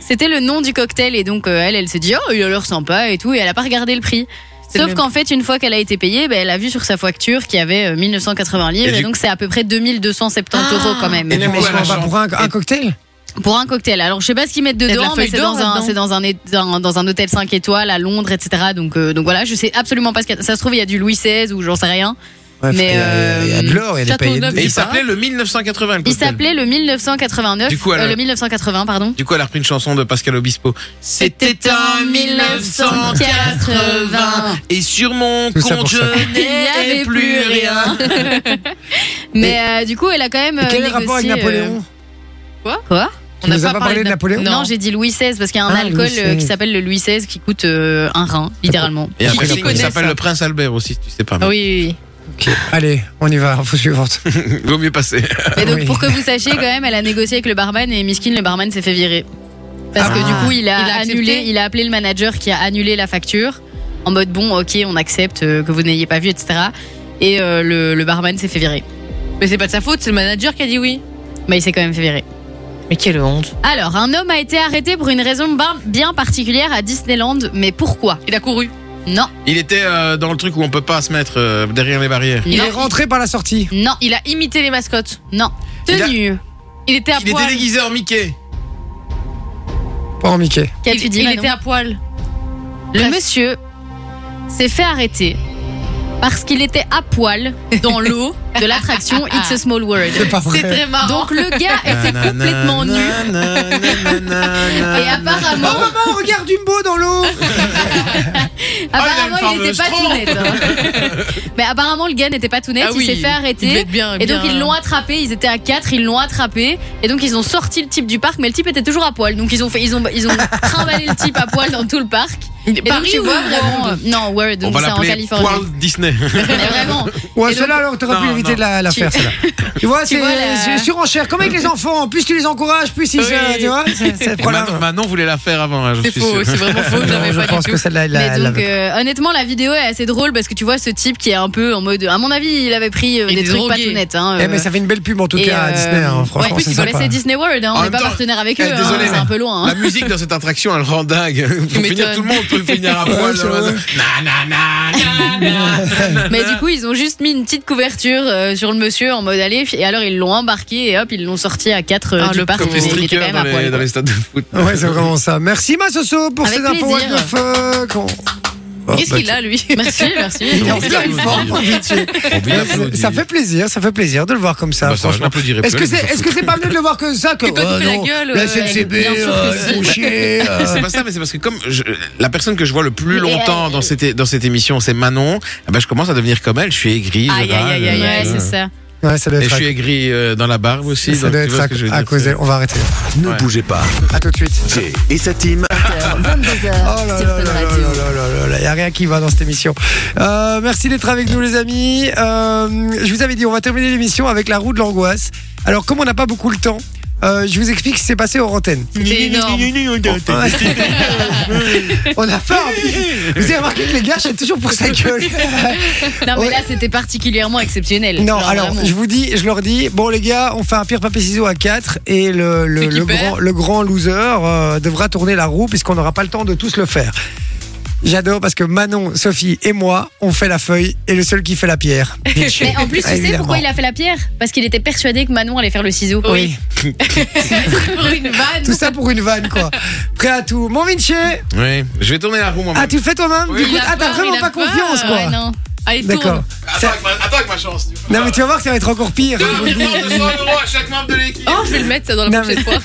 [SPEAKER 2] c'était le nom du cocktail et donc euh, elle elle se dit oh il a l'air sympa et tout et elle a pas regardé le prix.
[SPEAKER 5] C'est le
[SPEAKER 2] Sauf
[SPEAKER 5] même.
[SPEAKER 2] qu'en fait une fois qu'elle a été payée, ben, elle a vu sur sa facture qu'il y avait euh, 1980 livres
[SPEAKER 3] Et
[SPEAKER 2] et,
[SPEAKER 3] du-
[SPEAKER 2] donc c'est à peu près 2270
[SPEAKER 5] Ah.
[SPEAKER 2] euros quand même.
[SPEAKER 1] Et
[SPEAKER 3] du
[SPEAKER 1] non, mais
[SPEAKER 3] coup,
[SPEAKER 1] je
[SPEAKER 3] elle a
[SPEAKER 1] comprends pas
[SPEAKER 3] changé.
[SPEAKER 1] pour un, un cocktail
[SPEAKER 2] Pour un cocktail. Alors, je sais pas ce qu'ils mettent
[SPEAKER 5] y a de la
[SPEAKER 2] dedans, mais
[SPEAKER 5] feuille
[SPEAKER 2] c'est
[SPEAKER 5] d'or
[SPEAKER 2] dans, un,
[SPEAKER 5] là-dedans.
[SPEAKER 2] c'est dans, un, é- dans, dans un hôtel 5 étoiles à Londres, etc. Donc, euh, donc voilà, je sais absolument pas ce qu'il y a. Ça se trouve, il y a du Louis XVI ou j'en sais rien.
[SPEAKER 1] Ouais,
[SPEAKER 2] Mais,
[SPEAKER 1] il y a- il y a de l'or, il est
[SPEAKER 5] Château
[SPEAKER 1] payé.
[SPEAKER 5] Neuf,
[SPEAKER 3] Et il
[SPEAKER 5] c'est pas
[SPEAKER 3] s'appelait le 1980, le
[SPEAKER 2] Il
[SPEAKER 3] cocktail.
[SPEAKER 2] s'appelait le 1989.
[SPEAKER 3] Du coup, elle a-
[SPEAKER 2] euh, le 1980, pardon.
[SPEAKER 3] Du coup, elle a repris une chanson de Pascal Obispo. C'était en 1980 et sur mon
[SPEAKER 1] Tout ça
[SPEAKER 3] compte
[SPEAKER 1] pour ça.
[SPEAKER 3] je n'ai plus rien. [laughs]
[SPEAKER 2] Mais euh, du coup, elle a quand même.
[SPEAKER 1] Et
[SPEAKER 2] euh,
[SPEAKER 1] quel est le
[SPEAKER 2] négocié,
[SPEAKER 1] rapport avec
[SPEAKER 2] euh,
[SPEAKER 1] Napoléon
[SPEAKER 2] Quoi
[SPEAKER 1] Tu nous as pas parlé de Napoléon
[SPEAKER 2] Non, j'ai dit Louis XVI parce qu'il y a un
[SPEAKER 1] Ah,
[SPEAKER 2] alcool
[SPEAKER 1] Louis
[SPEAKER 2] euh, qui
[SPEAKER 1] XVI.
[SPEAKER 2] s'appelle le Louis XVI qui coûte euh, un rein, littéralement.
[SPEAKER 3] Et après,
[SPEAKER 5] Qui
[SPEAKER 3] il
[SPEAKER 5] connaît
[SPEAKER 3] s'appelle
[SPEAKER 5] ça
[SPEAKER 3] le prince Albert aussi, tu sais pas.
[SPEAKER 2] hein. Ah
[SPEAKER 3] mais
[SPEAKER 2] Oui, oui,
[SPEAKER 1] Allez, on y va, info suivante.
[SPEAKER 3] [laughs] Vaut mieux passer.
[SPEAKER 2] oui. Et donc,
[SPEAKER 1] Oui.
[SPEAKER 2] pour que vous sachiez, quand même, elle a négocié avec le barman et Miskin, le barman s'est fait virer. Parce que
[SPEAKER 1] Ah.
[SPEAKER 2] du coup, il a,
[SPEAKER 5] Il a accepté
[SPEAKER 2] annulé, il a appelé le manager qui a annulé la facture en mode bon, ok, on accepte euh, que vous n'ayez pas vu, etc. Et euh, le, le barman s'est fait virer.
[SPEAKER 5] Mais c'est pas de sa faute, c'est le manager qui a dit oui.
[SPEAKER 2] Mais il s'est quand même fait virer.
[SPEAKER 5] Mais quelle honte.
[SPEAKER 2] Alors, un homme a été arrêté pour une raison ben- bien particulière à Disneyland, mais pourquoi
[SPEAKER 5] Il a couru.
[SPEAKER 2] Non,
[SPEAKER 3] Il était euh, dans le truc où on peut pas se mettre euh, derrière les barrières.
[SPEAKER 1] Il
[SPEAKER 2] non,
[SPEAKER 1] est rentré par la sortie.
[SPEAKER 2] non,
[SPEAKER 5] Il a imité les mascottes.
[SPEAKER 2] non.
[SPEAKER 3] Il a-
[SPEAKER 2] Tenue.
[SPEAKER 5] Il était à
[SPEAKER 3] Il était
[SPEAKER 5] poil.
[SPEAKER 3] déguisé en Mickey.
[SPEAKER 1] Pas en Mickey.
[SPEAKER 2] Qu'as-tu
[SPEAKER 5] il
[SPEAKER 2] dit
[SPEAKER 5] il
[SPEAKER 2] Manon
[SPEAKER 5] était à poil.
[SPEAKER 2] Le
[SPEAKER 5] Presque.
[SPEAKER 2] monsieur s'est fait arrêter parce qu'il était à poil
[SPEAKER 5] [laughs]
[SPEAKER 2] dans l'eau de l'attraction It's a Small World.
[SPEAKER 1] C'est pas
[SPEAKER 5] C'est
[SPEAKER 1] vrai.
[SPEAKER 5] très marrant.
[SPEAKER 2] Donc le
[SPEAKER 5] [laughs]
[SPEAKER 2] gars était complètement nu et
[SPEAKER 3] nu.
[SPEAKER 1] Oh
[SPEAKER 2] apparemment,
[SPEAKER 1] maman, regarde Dumbo dans l'eau
[SPEAKER 5] Oh,
[SPEAKER 2] apparemment il n'était pas
[SPEAKER 3] fameux
[SPEAKER 2] tout net. hein. Mais apparemment le gars n'était pas tout net,
[SPEAKER 5] Ah
[SPEAKER 2] il
[SPEAKER 5] oui,
[SPEAKER 2] s'est fait
[SPEAKER 5] il devait
[SPEAKER 2] arrêter.
[SPEAKER 5] être bien,
[SPEAKER 2] Et donc
[SPEAKER 5] bien-
[SPEAKER 2] ils l'ont attrapé, ils étaient à 4, ils l'ont attrapé et donc ils ont sorti le type du parc mais le type était toujours à poil. Donc ils ont fait ils ont ils
[SPEAKER 5] [laughs]
[SPEAKER 2] ont trimballé le type à poil dans tout le parc. Et donc,
[SPEAKER 5] Paris
[SPEAKER 2] tu
[SPEAKER 5] ou
[SPEAKER 2] vois
[SPEAKER 5] World
[SPEAKER 2] vraiment euh, non World
[SPEAKER 3] On
[SPEAKER 2] donc
[SPEAKER 3] va
[SPEAKER 2] c'est en
[SPEAKER 3] l'appeler
[SPEAKER 2] Californie.
[SPEAKER 3] Walt
[SPEAKER 2] [laughs]
[SPEAKER 3] Disney.
[SPEAKER 2] Mais vraiment
[SPEAKER 1] Ouais,
[SPEAKER 2] Et
[SPEAKER 1] cela alors, t'aurais pu
[SPEAKER 3] Non,
[SPEAKER 1] éviter
[SPEAKER 3] non.
[SPEAKER 1] de la, la
[SPEAKER 2] Tu-
[SPEAKER 1] faire, celle-là. [laughs] Tu vois, c'est
[SPEAKER 2] vois, la-
[SPEAKER 1] c'est surenchère. Comme avec les enfants, plus tu les encourages, plus ils.
[SPEAKER 5] Oui.
[SPEAKER 1] se- Tu vois, c'est- c'est le problème.
[SPEAKER 3] Manon, Manon voulait la faire avant, hein, je
[SPEAKER 5] C'est
[SPEAKER 3] suis
[SPEAKER 5] faux,
[SPEAKER 3] sûr.
[SPEAKER 5] c'est vraiment faux,
[SPEAKER 1] Non, [laughs]
[SPEAKER 5] j'avais
[SPEAKER 1] je
[SPEAKER 5] pas
[SPEAKER 1] pense
[SPEAKER 5] du
[SPEAKER 1] que
[SPEAKER 5] tout.
[SPEAKER 1] celle-là, elle
[SPEAKER 2] Mais
[SPEAKER 1] la-
[SPEAKER 2] donc,
[SPEAKER 1] la-
[SPEAKER 2] euh, honnêtement, la vidéo est assez drôle parce que tu vois ce type qui est un peu en mode. À mon avis, il avait pris euh,
[SPEAKER 5] Il
[SPEAKER 2] des
[SPEAKER 5] est
[SPEAKER 2] trucs
[SPEAKER 5] drogué.
[SPEAKER 2] pas tout nets. Hein,
[SPEAKER 1] Eh,
[SPEAKER 2] euh,
[SPEAKER 1] mais ça fait une belle pub en tout
[SPEAKER 2] et,
[SPEAKER 1] cas à
[SPEAKER 2] euh,
[SPEAKER 1] Disney. hein,
[SPEAKER 2] ouais,
[SPEAKER 1] franchement,
[SPEAKER 2] en plus,
[SPEAKER 1] c'est
[SPEAKER 2] il faut
[SPEAKER 1] sympa.
[SPEAKER 2] laisser Disney World. hein,
[SPEAKER 3] En
[SPEAKER 2] on n'est
[SPEAKER 3] même
[SPEAKER 2] pas
[SPEAKER 3] temps,
[SPEAKER 2] partenaire avec
[SPEAKER 3] eh,
[SPEAKER 2] eux.
[SPEAKER 3] [laughs]
[SPEAKER 2] hein,
[SPEAKER 3] désolé,
[SPEAKER 2] c'est
[SPEAKER 3] mais
[SPEAKER 2] un peu loin. hein.
[SPEAKER 3] La musique dans cette attraction, elle rend
[SPEAKER 2] [laughs]
[SPEAKER 3] dingue. Pour finir,
[SPEAKER 5] m'étonnes.
[SPEAKER 3] tout le monde peut finir à poil. hein,
[SPEAKER 1] c'est
[SPEAKER 3] dans la-
[SPEAKER 1] vrai.
[SPEAKER 2] Ah,
[SPEAKER 3] Na, na, na, na, na.
[SPEAKER 2] Mais du coup, ils ont juste mis une petite couverture euh, sur le monsieur en mode allez. Et alors, ils l'ont embarqué et hop, ils l'ont sorti à 4
[SPEAKER 5] Ah,
[SPEAKER 2] du
[SPEAKER 5] le
[SPEAKER 2] parc.
[SPEAKER 3] Comme
[SPEAKER 5] pauvre.
[SPEAKER 3] les
[SPEAKER 2] mais il était quand
[SPEAKER 3] streakers
[SPEAKER 2] même
[SPEAKER 3] dans
[SPEAKER 2] à poil,
[SPEAKER 3] les, dans
[SPEAKER 2] quoi.
[SPEAKER 3] les stades de foot.
[SPEAKER 1] Ah Ouais, c'est vraiment ça. Merci Massoso pour
[SPEAKER 2] Avec
[SPEAKER 1] ces infos.
[SPEAKER 2] plaisir.
[SPEAKER 1] What the fuck. On- Oh,
[SPEAKER 5] Qu'est-ce
[SPEAKER 1] bah,
[SPEAKER 5] qu'il
[SPEAKER 3] [laughs]
[SPEAKER 5] a, lui
[SPEAKER 2] Merci, merci.
[SPEAKER 1] Il est en
[SPEAKER 3] On
[SPEAKER 1] pleine
[SPEAKER 3] applaudit.
[SPEAKER 1] forme, Vinci.
[SPEAKER 3] On vient d'applaudir.
[SPEAKER 1] Ça fait plaisir, ça fait plaisir de le voir comme ça.
[SPEAKER 3] Bah, ça, je
[SPEAKER 1] franchement.
[SPEAKER 3] n'applaudirai
[SPEAKER 1] Est-ce
[SPEAKER 3] plus,
[SPEAKER 1] que c'est
[SPEAKER 3] mais je
[SPEAKER 1] est-ce que c'est pas mieux de le voir que ça que
[SPEAKER 5] Que quand tu
[SPEAKER 1] oh,
[SPEAKER 5] fais la
[SPEAKER 1] non,
[SPEAKER 5] gueule,
[SPEAKER 1] la
[SPEAKER 5] euh,
[SPEAKER 1] SNCB,
[SPEAKER 2] bien sûr que
[SPEAKER 1] euh,
[SPEAKER 2] si.
[SPEAKER 1] ils font chier, euh.
[SPEAKER 3] Ah, [laughs] C'est pas ça, mais c'est parce que comme je- la personne que je vois le plus
[SPEAKER 2] Mais
[SPEAKER 3] longtemps
[SPEAKER 2] elle-
[SPEAKER 3] dans cette, dans cette émission, c'est Manon, eh ben, je commence à devenir comme elle. Je suis aigri. je
[SPEAKER 5] Aïe, aïe,
[SPEAKER 3] râle,
[SPEAKER 5] aïe, aïe,
[SPEAKER 3] euh,
[SPEAKER 2] Ouais, c'est ça.
[SPEAKER 1] Ouais, ça doit
[SPEAKER 3] Et je
[SPEAKER 1] être
[SPEAKER 3] suis aigri euh, dans la barbe
[SPEAKER 1] à,
[SPEAKER 3] aussi.
[SPEAKER 1] ça
[SPEAKER 3] donc
[SPEAKER 1] doit
[SPEAKER 3] tu
[SPEAKER 1] être
[SPEAKER 3] vois
[SPEAKER 1] à-
[SPEAKER 3] ce que je veux
[SPEAKER 1] à
[SPEAKER 3] dire,
[SPEAKER 1] cause
[SPEAKER 3] c'est-
[SPEAKER 1] d'elle. On va arrêter.
[SPEAKER 9] Ne
[SPEAKER 3] Ouais.
[SPEAKER 9] bougez pas.
[SPEAKER 1] À tout de suite. Oh
[SPEAKER 9] Jay et sa team
[SPEAKER 8] 22h sur Fun Radio.
[SPEAKER 1] Il n'y a rien qui va dans cette émission. Euh, merci d'être avec nous, les amis. Euh, je vous avais dit, on va terminer l'émission avec la roue de l'angoisse. Alors, comme on n'a pas beaucoup le temps, euh, je vous explique ce qui s'est passé
[SPEAKER 9] [laughs]
[SPEAKER 1] hors antenne.
[SPEAKER 5] C'était énorme.
[SPEAKER 1] [laughs] on a fait un- Vous avez remarqué que les gars, j'ai toujours pour sa
[SPEAKER 9] [laughs]
[SPEAKER 1] gueule.
[SPEAKER 2] Non, mais
[SPEAKER 1] Ouais.
[SPEAKER 2] là, c'était particulièrement exceptionnel.
[SPEAKER 1] Non,
[SPEAKER 2] Genre,
[SPEAKER 1] alors
[SPEAKER 2] vraiment.
[SPEAKER 1] je vous dis, je leur dis, bon les gars, on fait un pire papier ciseau à 4 et le, le,
[SPEAKER 5] Celui qui
[SPEAKER 1] le
[SPEAKER 5] perd.
[SPEAKER 1] grand, le grand loser euh, devra tourner la roue puisqu'on n'aura pas le temps de tous le faire. J'adore parce que Manon, Sophie et moi, on fait la feuille et le seul qui fait la pierre. Vinci.
[SPEAKER 2] Mais en plus, tu sais
[SPEAKER 1] Évidemment.
[SPEAKER 2] pourquoi il a fait la pierre Parce qu'il était persuadé que Manon allait faire le ciseau.
[SPEAKER 1] Oui,
[SPEAKER 5] Pour une vanne.
[SPEAKER 1] tout ça pour une vanne quoi. Prêt à tout. Mon Vinci,
[SPEAKER 3] Oui, je vais tourner la roue moi-même.
[SPEAKER 1] ah tu le fais toi-même Du
[SPEAKER 3] Oui.
[SPEAKER 1] coup,
[SPEAKER 5] Il a
[SPEAKER 1] ah t'as
[SPEAKER 5] peur,
[SPEAKER 1] vraiment
[SPEAKER 5] il a
[SPEAKER 1] pas
[SPEAKER 5] peur,
[SPEAKER 1] confiance quoi.
[SPEAKER 2] Ouais, non.
[SPEAKER 5] Allez,
[SPEAKER 1] D'accord.
[SPEAKER 5] tourne.
[SPEAKER 1] Ça-
[SPEAKER 3] avec ma, attends avec ma chance. tu peux
[SPEAKER 1] Non
[SPEAKER 3] pas.
[SPEAKER 1] mais tu vas voir que ça va être encore
[SPEAKER 3] [laughs]
[SPEAKER 1] pire.
[SPEAKER 3] Deux mouvements de 100 euros à chaque membre de l'équipe.
[SPEAKER 5] Oh, je vais le mettre, ça, dans la
[SPEAKER 1] Non,
[SPEAKER 5] prochaine fois.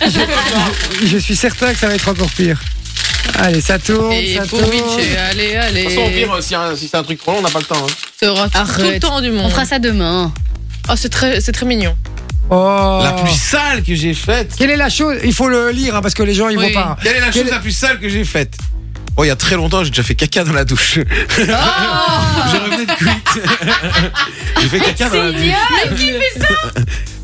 [SPEAKER 1] Je suis certain que ça va être encore pire. Allez, ça tourne,
[SPEAKER 5] Et
[SPEAKER 1] ça
[SPEAKER 5] pour
[SPEAKER 1] tourne.
[SPEAKER 5] Vinci, allez,
[SPEAKER 3] De toute façon, au
[SPEAKER 5] allez.
[SPEAKER 3] pire, euh, si, un- si c'est un truc trop long, on n'a pas le temps. hein.
[SPEAKER 5] T'auras tout
[SPEAKER 2] Arrête.
[SPEAKER 5] le temps du
[SPEAKER 2] On
[SPEAKER 5] monde.
[SPEAKER 2] fera ça demain.
[SPEAKER 5] Oh, c'est très, c'est très mignon.
[SPEAKER 1] Oh.
[SPEAKER 3] La plus sale que j'ai faite.
[SPEAKER 1] Quelle est la chose Il faut le lire hein, parce que les gens ils
[SPEAKER 5] Oui.
[SPEAKER 1] vont pas.
[SPEAKER 3] Quelle est la chose
[SPEAKER 1] Quelle-
[SPEAKER 3] la plus sale que j'ai faite Oh, il y a très longtemps, j'ai déjà fait caca dans la douche. [laughs]
[SPEAKER 2] Ah
[SPEAKER 3] je revenais de cuite. [laughs] j'ai fait caca dans la douche. [laughs]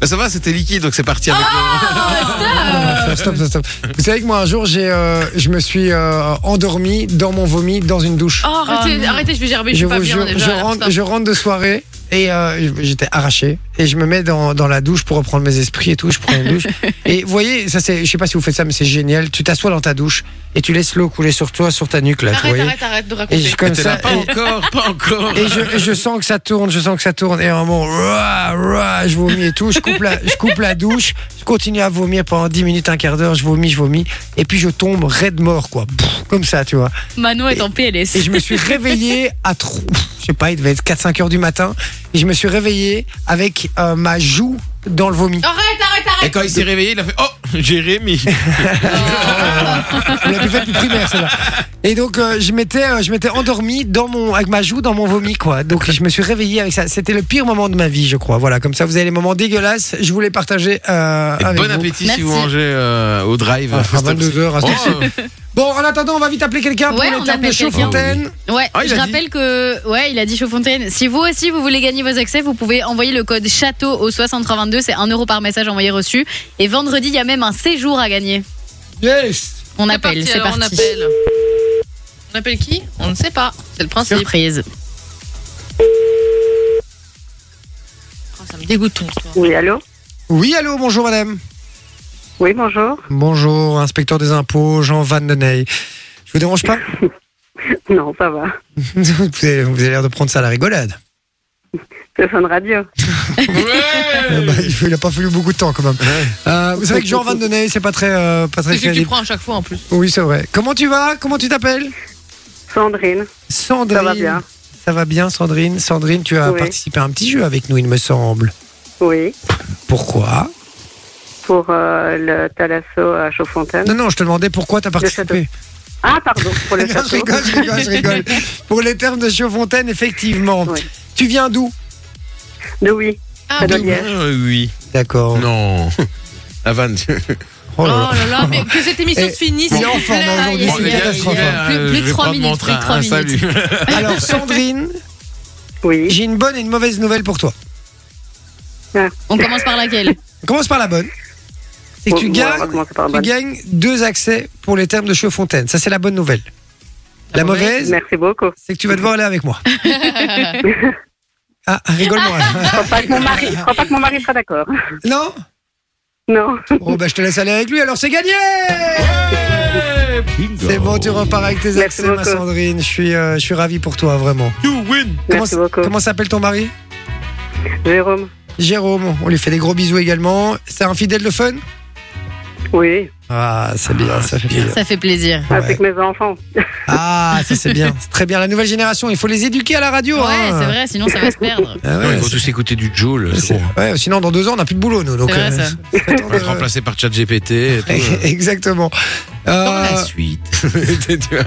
[SPEAKER 3] Bah, ça va, c'était liquide, donc c'est parti avec
[SPEAKER 1] Ah, Stop, stop, stop. Vous savez que moi un jour j'ai, euh, je me suis euh, endormi dans mon vomi dans une douche.
[SPEAKER 5] Oh, arrêtez,
[SPEAKER 2] Oh, non.
[SPEAKER 5] arrêtez, je vais gerber, je suis
[SPEAKER 1] je
[SPEAKER 5] pas
[SPEAKER 1] vous
[SPEAKER 5] bien
[SPEAKER 1] jure,
[SPEAKER 5] déjà.
[SPEAKER 1] je
[SPEAKER 5] là,
[SPEAKER 1] rentre,
[SPEAKER 5] stop.
[SPEAKER 1] je rentre de soirée et euh, j'étais arraché et je me mets dans, dans la douche pour reprendre mes esprits et tout. Je prends une
[SPEAKER 5] [laughs]
[SPEAKER 1] douche et vous voyez ça c'est, je sais pas si vous faites ça mais c'est génial. Tu t'assois dans ta douche et tu laisse l'eau couler sur toi, sur ta nuque là. tu
[SPEAKER 5] Arrête,
[SPEAKER 1] voyez
[SPEAKER 5] arrête, arrête de
[SPEAKER 1] et
[SPEAKER 5] raconter.
[SPEAKER 1] je comme
[SPEAKER 3] le T'es
[SPEAKER 1] ça.
[SPEAKER 3] là, pas
[SPEAKER 1] et-
[SPEAKER 3] encore, pas encore.
[SPEAKER 1] Et je, je sens que ça tourne, je sens que ça tourne. Et à un moment, rah, rah, je vomis et tout. Je coupe, la, je coupe la douche, je continue à vomir pendant 10 minutes, un quart d'heure, je vomis, je vomis. Et puis je tombe raide mort, quoi. Pff, comme ça, tu vois.
[SPEAKER 2] Manon est en PLS.
[SPEAKER 1] Et je me suis réveillé à trop. Je sais pas, il devait être 4-5 heures du matin. Et je me suis réveillé avec euh, ma joue dans le vomi.
[SPEAKER 5] Arrête, arrête, arrête.
[SPEAKER 3] Et quand il s'est réveillé, il a fait Oh Jérémy.
[SPEAKER 1] On l'a plus fait depuis primaire, celle-là. Et donc, euh, je m'étais, euh, je m'étais endormi dans mon, avec ma joue dans mon vomi, quoi. Donc, je me suis réveillé avec ça. C'était le pire moment de ma vie, je crois. Voilà, comme ça, vous avez les moments dégueulasses. Je voulais partager euh,
[SPEAKER 3] Et
[SPEAKER 1] avec
[SPEAKER 3] bon
[SPEAKER 1] vous.
[SPEAKER 3] appétit
[SPEAKER 2] Merci.
[SPEAKER 3] si vous mangez euh, au drive.
[SPEAKER 1] Ah, à 22 heures, à
[SPEAKER 3] Oh,
[SPEAKER 1] ce-
[SPEAKER 3] euh,
[SPEAKER 1] Bon, en attendant, on va vite appeler quelqu'un pour
[SPEAKER 2] Ouais,
[SPEAKER 1] les
[SPEAKER 2] on
[SPEAKER 1] termes de
[SPEAKER 2] appelle quelqu'un.
[SPEAKER 1] Chaudfontaine.
[SPEAKER 2] Ouais,
[SPEAKER 3] Ah, il
[SPEAKER 2] je
[SPEAKER 3] a
[SPEAKER 2] rappelle que ouais, il a dit Chaudfontaine. Si vous aussi vous voulez gagner vos accès, vous pouvez envoyer le code château au 6322, c'est 1 euro par message envoyé reçu. Et vendredi, il y a même un séjour à gagner.
[SPEAKER 1] Yes.
[SPEAKER 2] On appelle, c'est
[SPEAKER 5] alors,
[SPEAKER 2] parti.
[SPEAKER 5] On appelle. On appelle qui On ne sait pas. C'est le principe.
[SPEAKER 2] Surprise.
[SPEAKER 5] Oh, ça me dégoûte ton histoire.
[SPEAKER 7] Oui, allô
[SPEAKER 1] Oui, allô, bonjour madame.
[SPEAKER 7] Oui, bonjour.
[SPEAKER 1] Bonjour, inspecteur des impôts, Jean Van Deney. Je vous dérange pas
[SPEAKER 7] Non, ça va.
[SPEAKER 1] [laughs] Vous avez, vous avez l'air de prendre ça à la rigolade.
[SPEAKER 7] C'est Fun Radio.
[SPEAKER 1] Ah bah, il faut- il a pas fallu beaucoup de temps quand même. Euh, vous savez que Jean Van Deney, c'est pas très, euh, pas très
[SPEAKER 5] C'est ce que tu
[SPEAKER 1] crédible.
[SPEAKER 5] prends à chaque fois en plus.
[SPEAKER 1] Oui, c'est vrai. Comment tu vas Comment tu t'appelles
[SPEAKER 7] Sandrine,
[SPEAKER 1] Sandrine.
[SPEAKER 7] ça va bien
[SPEAKER 1] Ça va bien, Sandrine. Sandrine, tu as
[SPEAKER 7] Oui.
[SPEAKER 1] participé à un petit jeu avec nous, il me semble.
[SPEAKER 7] Oui,
[SPEAKER 1] Pourquoi
[SPEAKER 7] pour euh, le Talasso à Chaudfontaine.
[SPEAKER 1] Non, non, je te demandais pourquoi tu as participé.
[SPEAKER 7] Ah, pardon, pour
[SPEAKER 1] [laughs]
[SPEAKER 7] le
[SPEAKER 1] Non, je
[SPEAKER 7] château.
[SPEAKER 1] rigole, je rigole, je
[SPEAKER 7] [laughs]
[SPEAKER 1] rigole. Pour les termes de Chaudfontaine, effectivement.
[SPEAKER 7] Oui.
[SPEAKER 1] Tu viens d'où
[SPEAKER 7] De oui,
[SPEAKER 5] Ah
[SPEAKER 7] ça
[SPEAKER 2] [laughs]
[SPEAKER 7] doit
[SPEAKER 5] oui.
[SPEAKER 7] y être.
[SPEAKER 3] euh, oui.
[SPEAKER 1] D'accord.
[SPEAKER 3] Non. La vanne.
[SPEAKER 1] Oh
[SPEAKER 5] Oh
[SPEAKER 1] là là.
[SPEAKER 5] là là, mais que cette émission
[SPEAKER 1] Et-
[SPEAKER 5] se finisse.
[SPEAKER 1] Il est
[SPEAKER 5] s'il
[SPEAKER 1] en
[SPEAKER 5] vous
[SPEAKER 1] forme
[SPEAKER 5] plaît.
[SPEAKER 1] aujourd'hui,
[SPEAKER 5] Aïe,
[SPEAKER 1] c'est une
[SPEAKER 5] aïe, aïe,
[SPEAKER 1] catastrophe. Euh,
[SPEAKER 5] aïe.
[SPEAKER 2] Plus-
[SPEAKER 3] euh,
[SPEAKER 2] plus de trois minutes, plus de trois minutes.
[SPEAKER 3] Ah, [laughs] Salut.
[SPEAKER 1] Alors, Sandrine,
[SPEAKER 7] [laughs] Oui,
[SPEAKER 1] j'ai une bonne et une mauvaise nouvelle pour toi.
[SPEAKER 2] On commence
[SPEAKER 1] [laughs]
[SPEAKER 2] par laquelle
[SPEAKER 1] On commence par la bonne. C'est que tu
[SPEAKER 7] Bon, on va
[SPEAKER 1] gagnes,
[SPEAKER 7] commencer par
[SPEAKER 1] tu
[SPEAKER 7] bonne.
[SPEAKER 1] gagnes deux accès pour les termes de Chaudfontaine. Ça, c'est la bonne nouvelle. La mauvaise,
[SPEAKER 7] Merci beaucoup.
[SPEAKER 1] c'est que tu vas devoir aller avec moi. ah, rigole-moi.
[SPEAKER 7] [laughs] Je crois pas que mon mari, je crois pas que mon mari sera d'accord.
[SPEAKER 1] non
[SPEAKER 7] Non.
[SPEAKER 1] Bon, bah, je te laisse aller avec lui, alors c'est gagné C'est bon, tu repars avec tes
[SPEAKER 7] Merci
[SPEAKER 1] accès, ma
[SPEAKER 7] beaucoup.
[SPEAKER 1] Sandrine. Je suis, euh, je suis ravi pour toi, vraiment.
[SPEAKER 3] You win.
[SPEAKER 1] Comment,
[SPEAKER 7] Merci beaucoup.
[SPEAKER 1] comment s'appelle ton mari
[SPEAKER 7] Jérôme.
[SPEAKER 1] Jérôme. On lui fait des gros bisous également. C'est un fidèle de fun
[SPEAKER 7] Oui,
[SPEAKER 1] Ah, c'est bien, ça fait plaisir.
[SPEAKER 2] Ça fait plaisir.
[SPEAKER 7] avec mes enfants.
[SPEAKER 1] Ah, ça c'est bien. C'est très bien. La nouvelle génération, il faut les éduquer à la radio.
[SPEAKER 2] Ouais,
[SPEAKER 1] hein.
[SPEAKER 2] c'est vrai, sinon ça va se perdre.
[SPEAKER 1] Ah ouais,
[SPEAKER 3] Non, ils vont
[SPEAKER 1] c'est-
[SPEAKER 3] tous écouter du Joule.
[SPEAKER 1] c'est- ouais, sinon, dans deux ans, on n'a plus de boulot, nous. Donc,
[SPEAKER 2] C'est vrai,
[SPEAKER 1] euh,
[SPEAKER 2] ça.
[SPEAKER 1] c'est temps
[SPEAKER 3] On va
[SPEAKER 1] de-
[SPEAKER 3] être remplacé par ChatGPT. et tout.
[SPEAKER 1] [laughs] Exactement. Euh,
[SPEAKER 3] Dans la suite. Tu vois.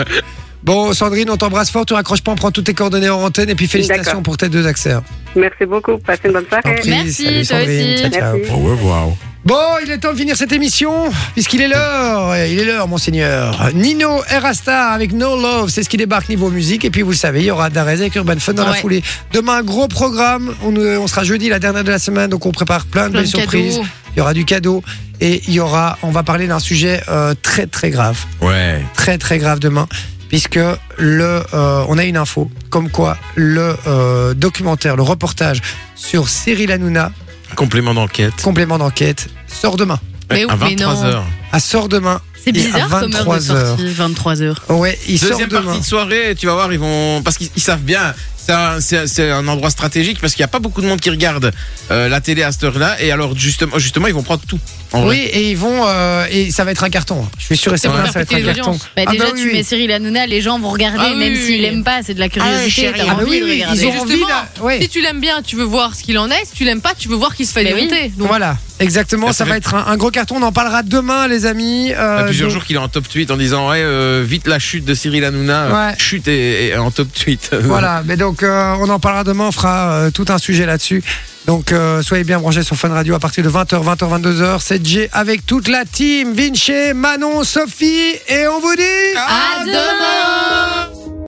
[SPEAKER 1] bon, Sandrine, on t'embrasse fort. Tu raccroches pas, on prend toutes tes coordonnées en antenne. Et puis, félicitations
[SPEAKER 7] D'accord.
[SPEAKER 1] pour tes deux accès. hein.
[SPEAKER 7] Merci beaucoup. Passez une bonne
[SPEAKER 1] Je t'en
[SPEAKER 7] soirée.
[SPEAKER 1] prie.
[SPEAKER 2] Euh, Merci,
[SPEAKER 1] Salut,
[SPEAKER 2] toi
[SPEAKER 1] Sandrine.
[SPEAKER 2] aussi.
[SPEAKER 1] Ciao, ciao.
[SPEAKER 7] Merci.
[SPEAKER 1] Bon, il est temps de finir cette émission, puisqu'il est l'heure, euh, il est l'heure, monseigneur. Nino Erasta avec No Love, c'est ce qui débarque niveau musique. Et puis, vous le savez, il y aura Darez avec Urban Fun dans la
[SPEAKER 2] Ouais.
[SPEAKER 1] foulée. Demain, gros programme. On, euh, on sera jeudi, la dernière de la semaine, donc on prépare plein de
[SPEAKER 5] Plein
[SPEAKER 1] belles
[SPEAKER 5] de
[SPEAKER 1] surprises.
[SPEAKER 5] cadeaux.
[SPEAKER 1] Il y aura du cadeau et il y aura, on va parler d'un sujet euh, très très grave,
[SPEAKER 3] Ouais.
[SPEAKER 1] très très grave demain, puisque le, euh, on a une info comme quoi le euh, documentaire, le reportage sur Cyril Hanouna,
[SPEAKER 3] Complément d'enquête.
[SPEAKER 1] complément d'enquête, sort demain.
[SPEAKER 5] Mais
[SPEAKER 3] à
[SPEAKER 5] oui, mais
[SPEAKER 3] 23
[SPEAKER 5] non.
[SPEAKER 3] heures.
[SPEAKER 1] À sort demain.
[SPEAKER 2] C'est
[SPEAKER 1] Il est à
[SPEAKER 2] bizarre comme heure de
[SPEAKER 1] 23 heures.
[SPEAKER 2] sortie, 23 heures.
[SPEAKER 1] Ouais, il
[SPEAKER 3] Deuxième
[SPEAKER 1] sort demain.
[SPEAKER 3] partie de soirée, tu vas voir, ils vont parce qu'ils ils savent bien. c'est un- C'est c'est un endroit stratégique parce qu'il n'y a pas beaucoup de monde qui regarde euh, la télé à cette heure-là. Et alors justement, oh, justement, ils vont prendre tout. En
[SPEAKER 1] Oui,
[SPEAKER 3] vrai.
[SPEAKER 1] et ils vont euh, et ça va être un carton. Je suis sûr et certain, ça va
[SPEAKER 5] pour faire
[SPEAKER 1] être un
[SPEAKER 5] péter les
[SPEAKER 1] carton.
[SPEAKER 5] audiences.
[SPEAKER 2] Bah,
[SPEAKER 1] Ah
[SPEAKER 2] déjà,
[SPEAKER 1] bah
[SPEAKER 2] tu
[SPEAKER 1] oui.
[SPEAKER 2] mets Cyril Hanouna, les gens vont regarder,
[SPEAKER 5] Ah oui,
[SPEAKER 2] même
[SPEAKER 5] oui,
[SPEAKER 2] s'ils
[SPEAKER 5] oui.
[SPEAKER 2] l'aiment pas, c'est de la curiosité,
[SPEAKER 3] chérie,
[SPEAKER 2] t'as
[SPEAKER 1] Ah bah
[SPEAKER 2] envie
[SPEAKER 1] oui,
[SPEAKER 2] de
[SPEAKER 1] oui,
[SPEAKER 2] regarder.
[SPEAKER 1] ils ont
[SPEAKER 5] Mais
[SPEAKER 1] envie là. Ouais.
[SPEAKER 5] Si tu l'aimes bien, tu veux voir ce qu'il en est. Si tu l'aimes pas, tu veux voir qu'il se fait
[SPEAKER 2] Mais oui.
[SPEAKER 5] démonter. Donc,
[SPEAKER 1] Voilà, exactement.
[SPEAKER 3] Là,
[SPEAKER 1] Ça
[SPEAKER 3] ça
[SPEAKER 1] va
[SPEAKER 3] fait-
[SPEAKER 1] être un, un gros carton. On en parlera demain, les amis.
[SPEAKER 3] Il y a
[SPEAKER 1] Euh,
[SPEAKER 3] plusieurs
[SPEAKER 1] donc-
[SPEAKER 3] jours qu'il est en top 8 en disant ouais, euh, vite la chute de Cyril Hanouna,
[SPEAKER 1] Ouais.
[SPEAKER 3] chute et, et en top 8.
[SPEAKER 1] Voilà, mais donc euh, on en parlera demain, on fera euh, tout un sujet là-dessus. Donc euh, soyez bien branchés sur Fun Radio à partir de 20h, 20h, 22h. C'est Jay avec toute la team, Vinci, Manon, Sophie, et on vous dit...
[SPEAKER 2] À demain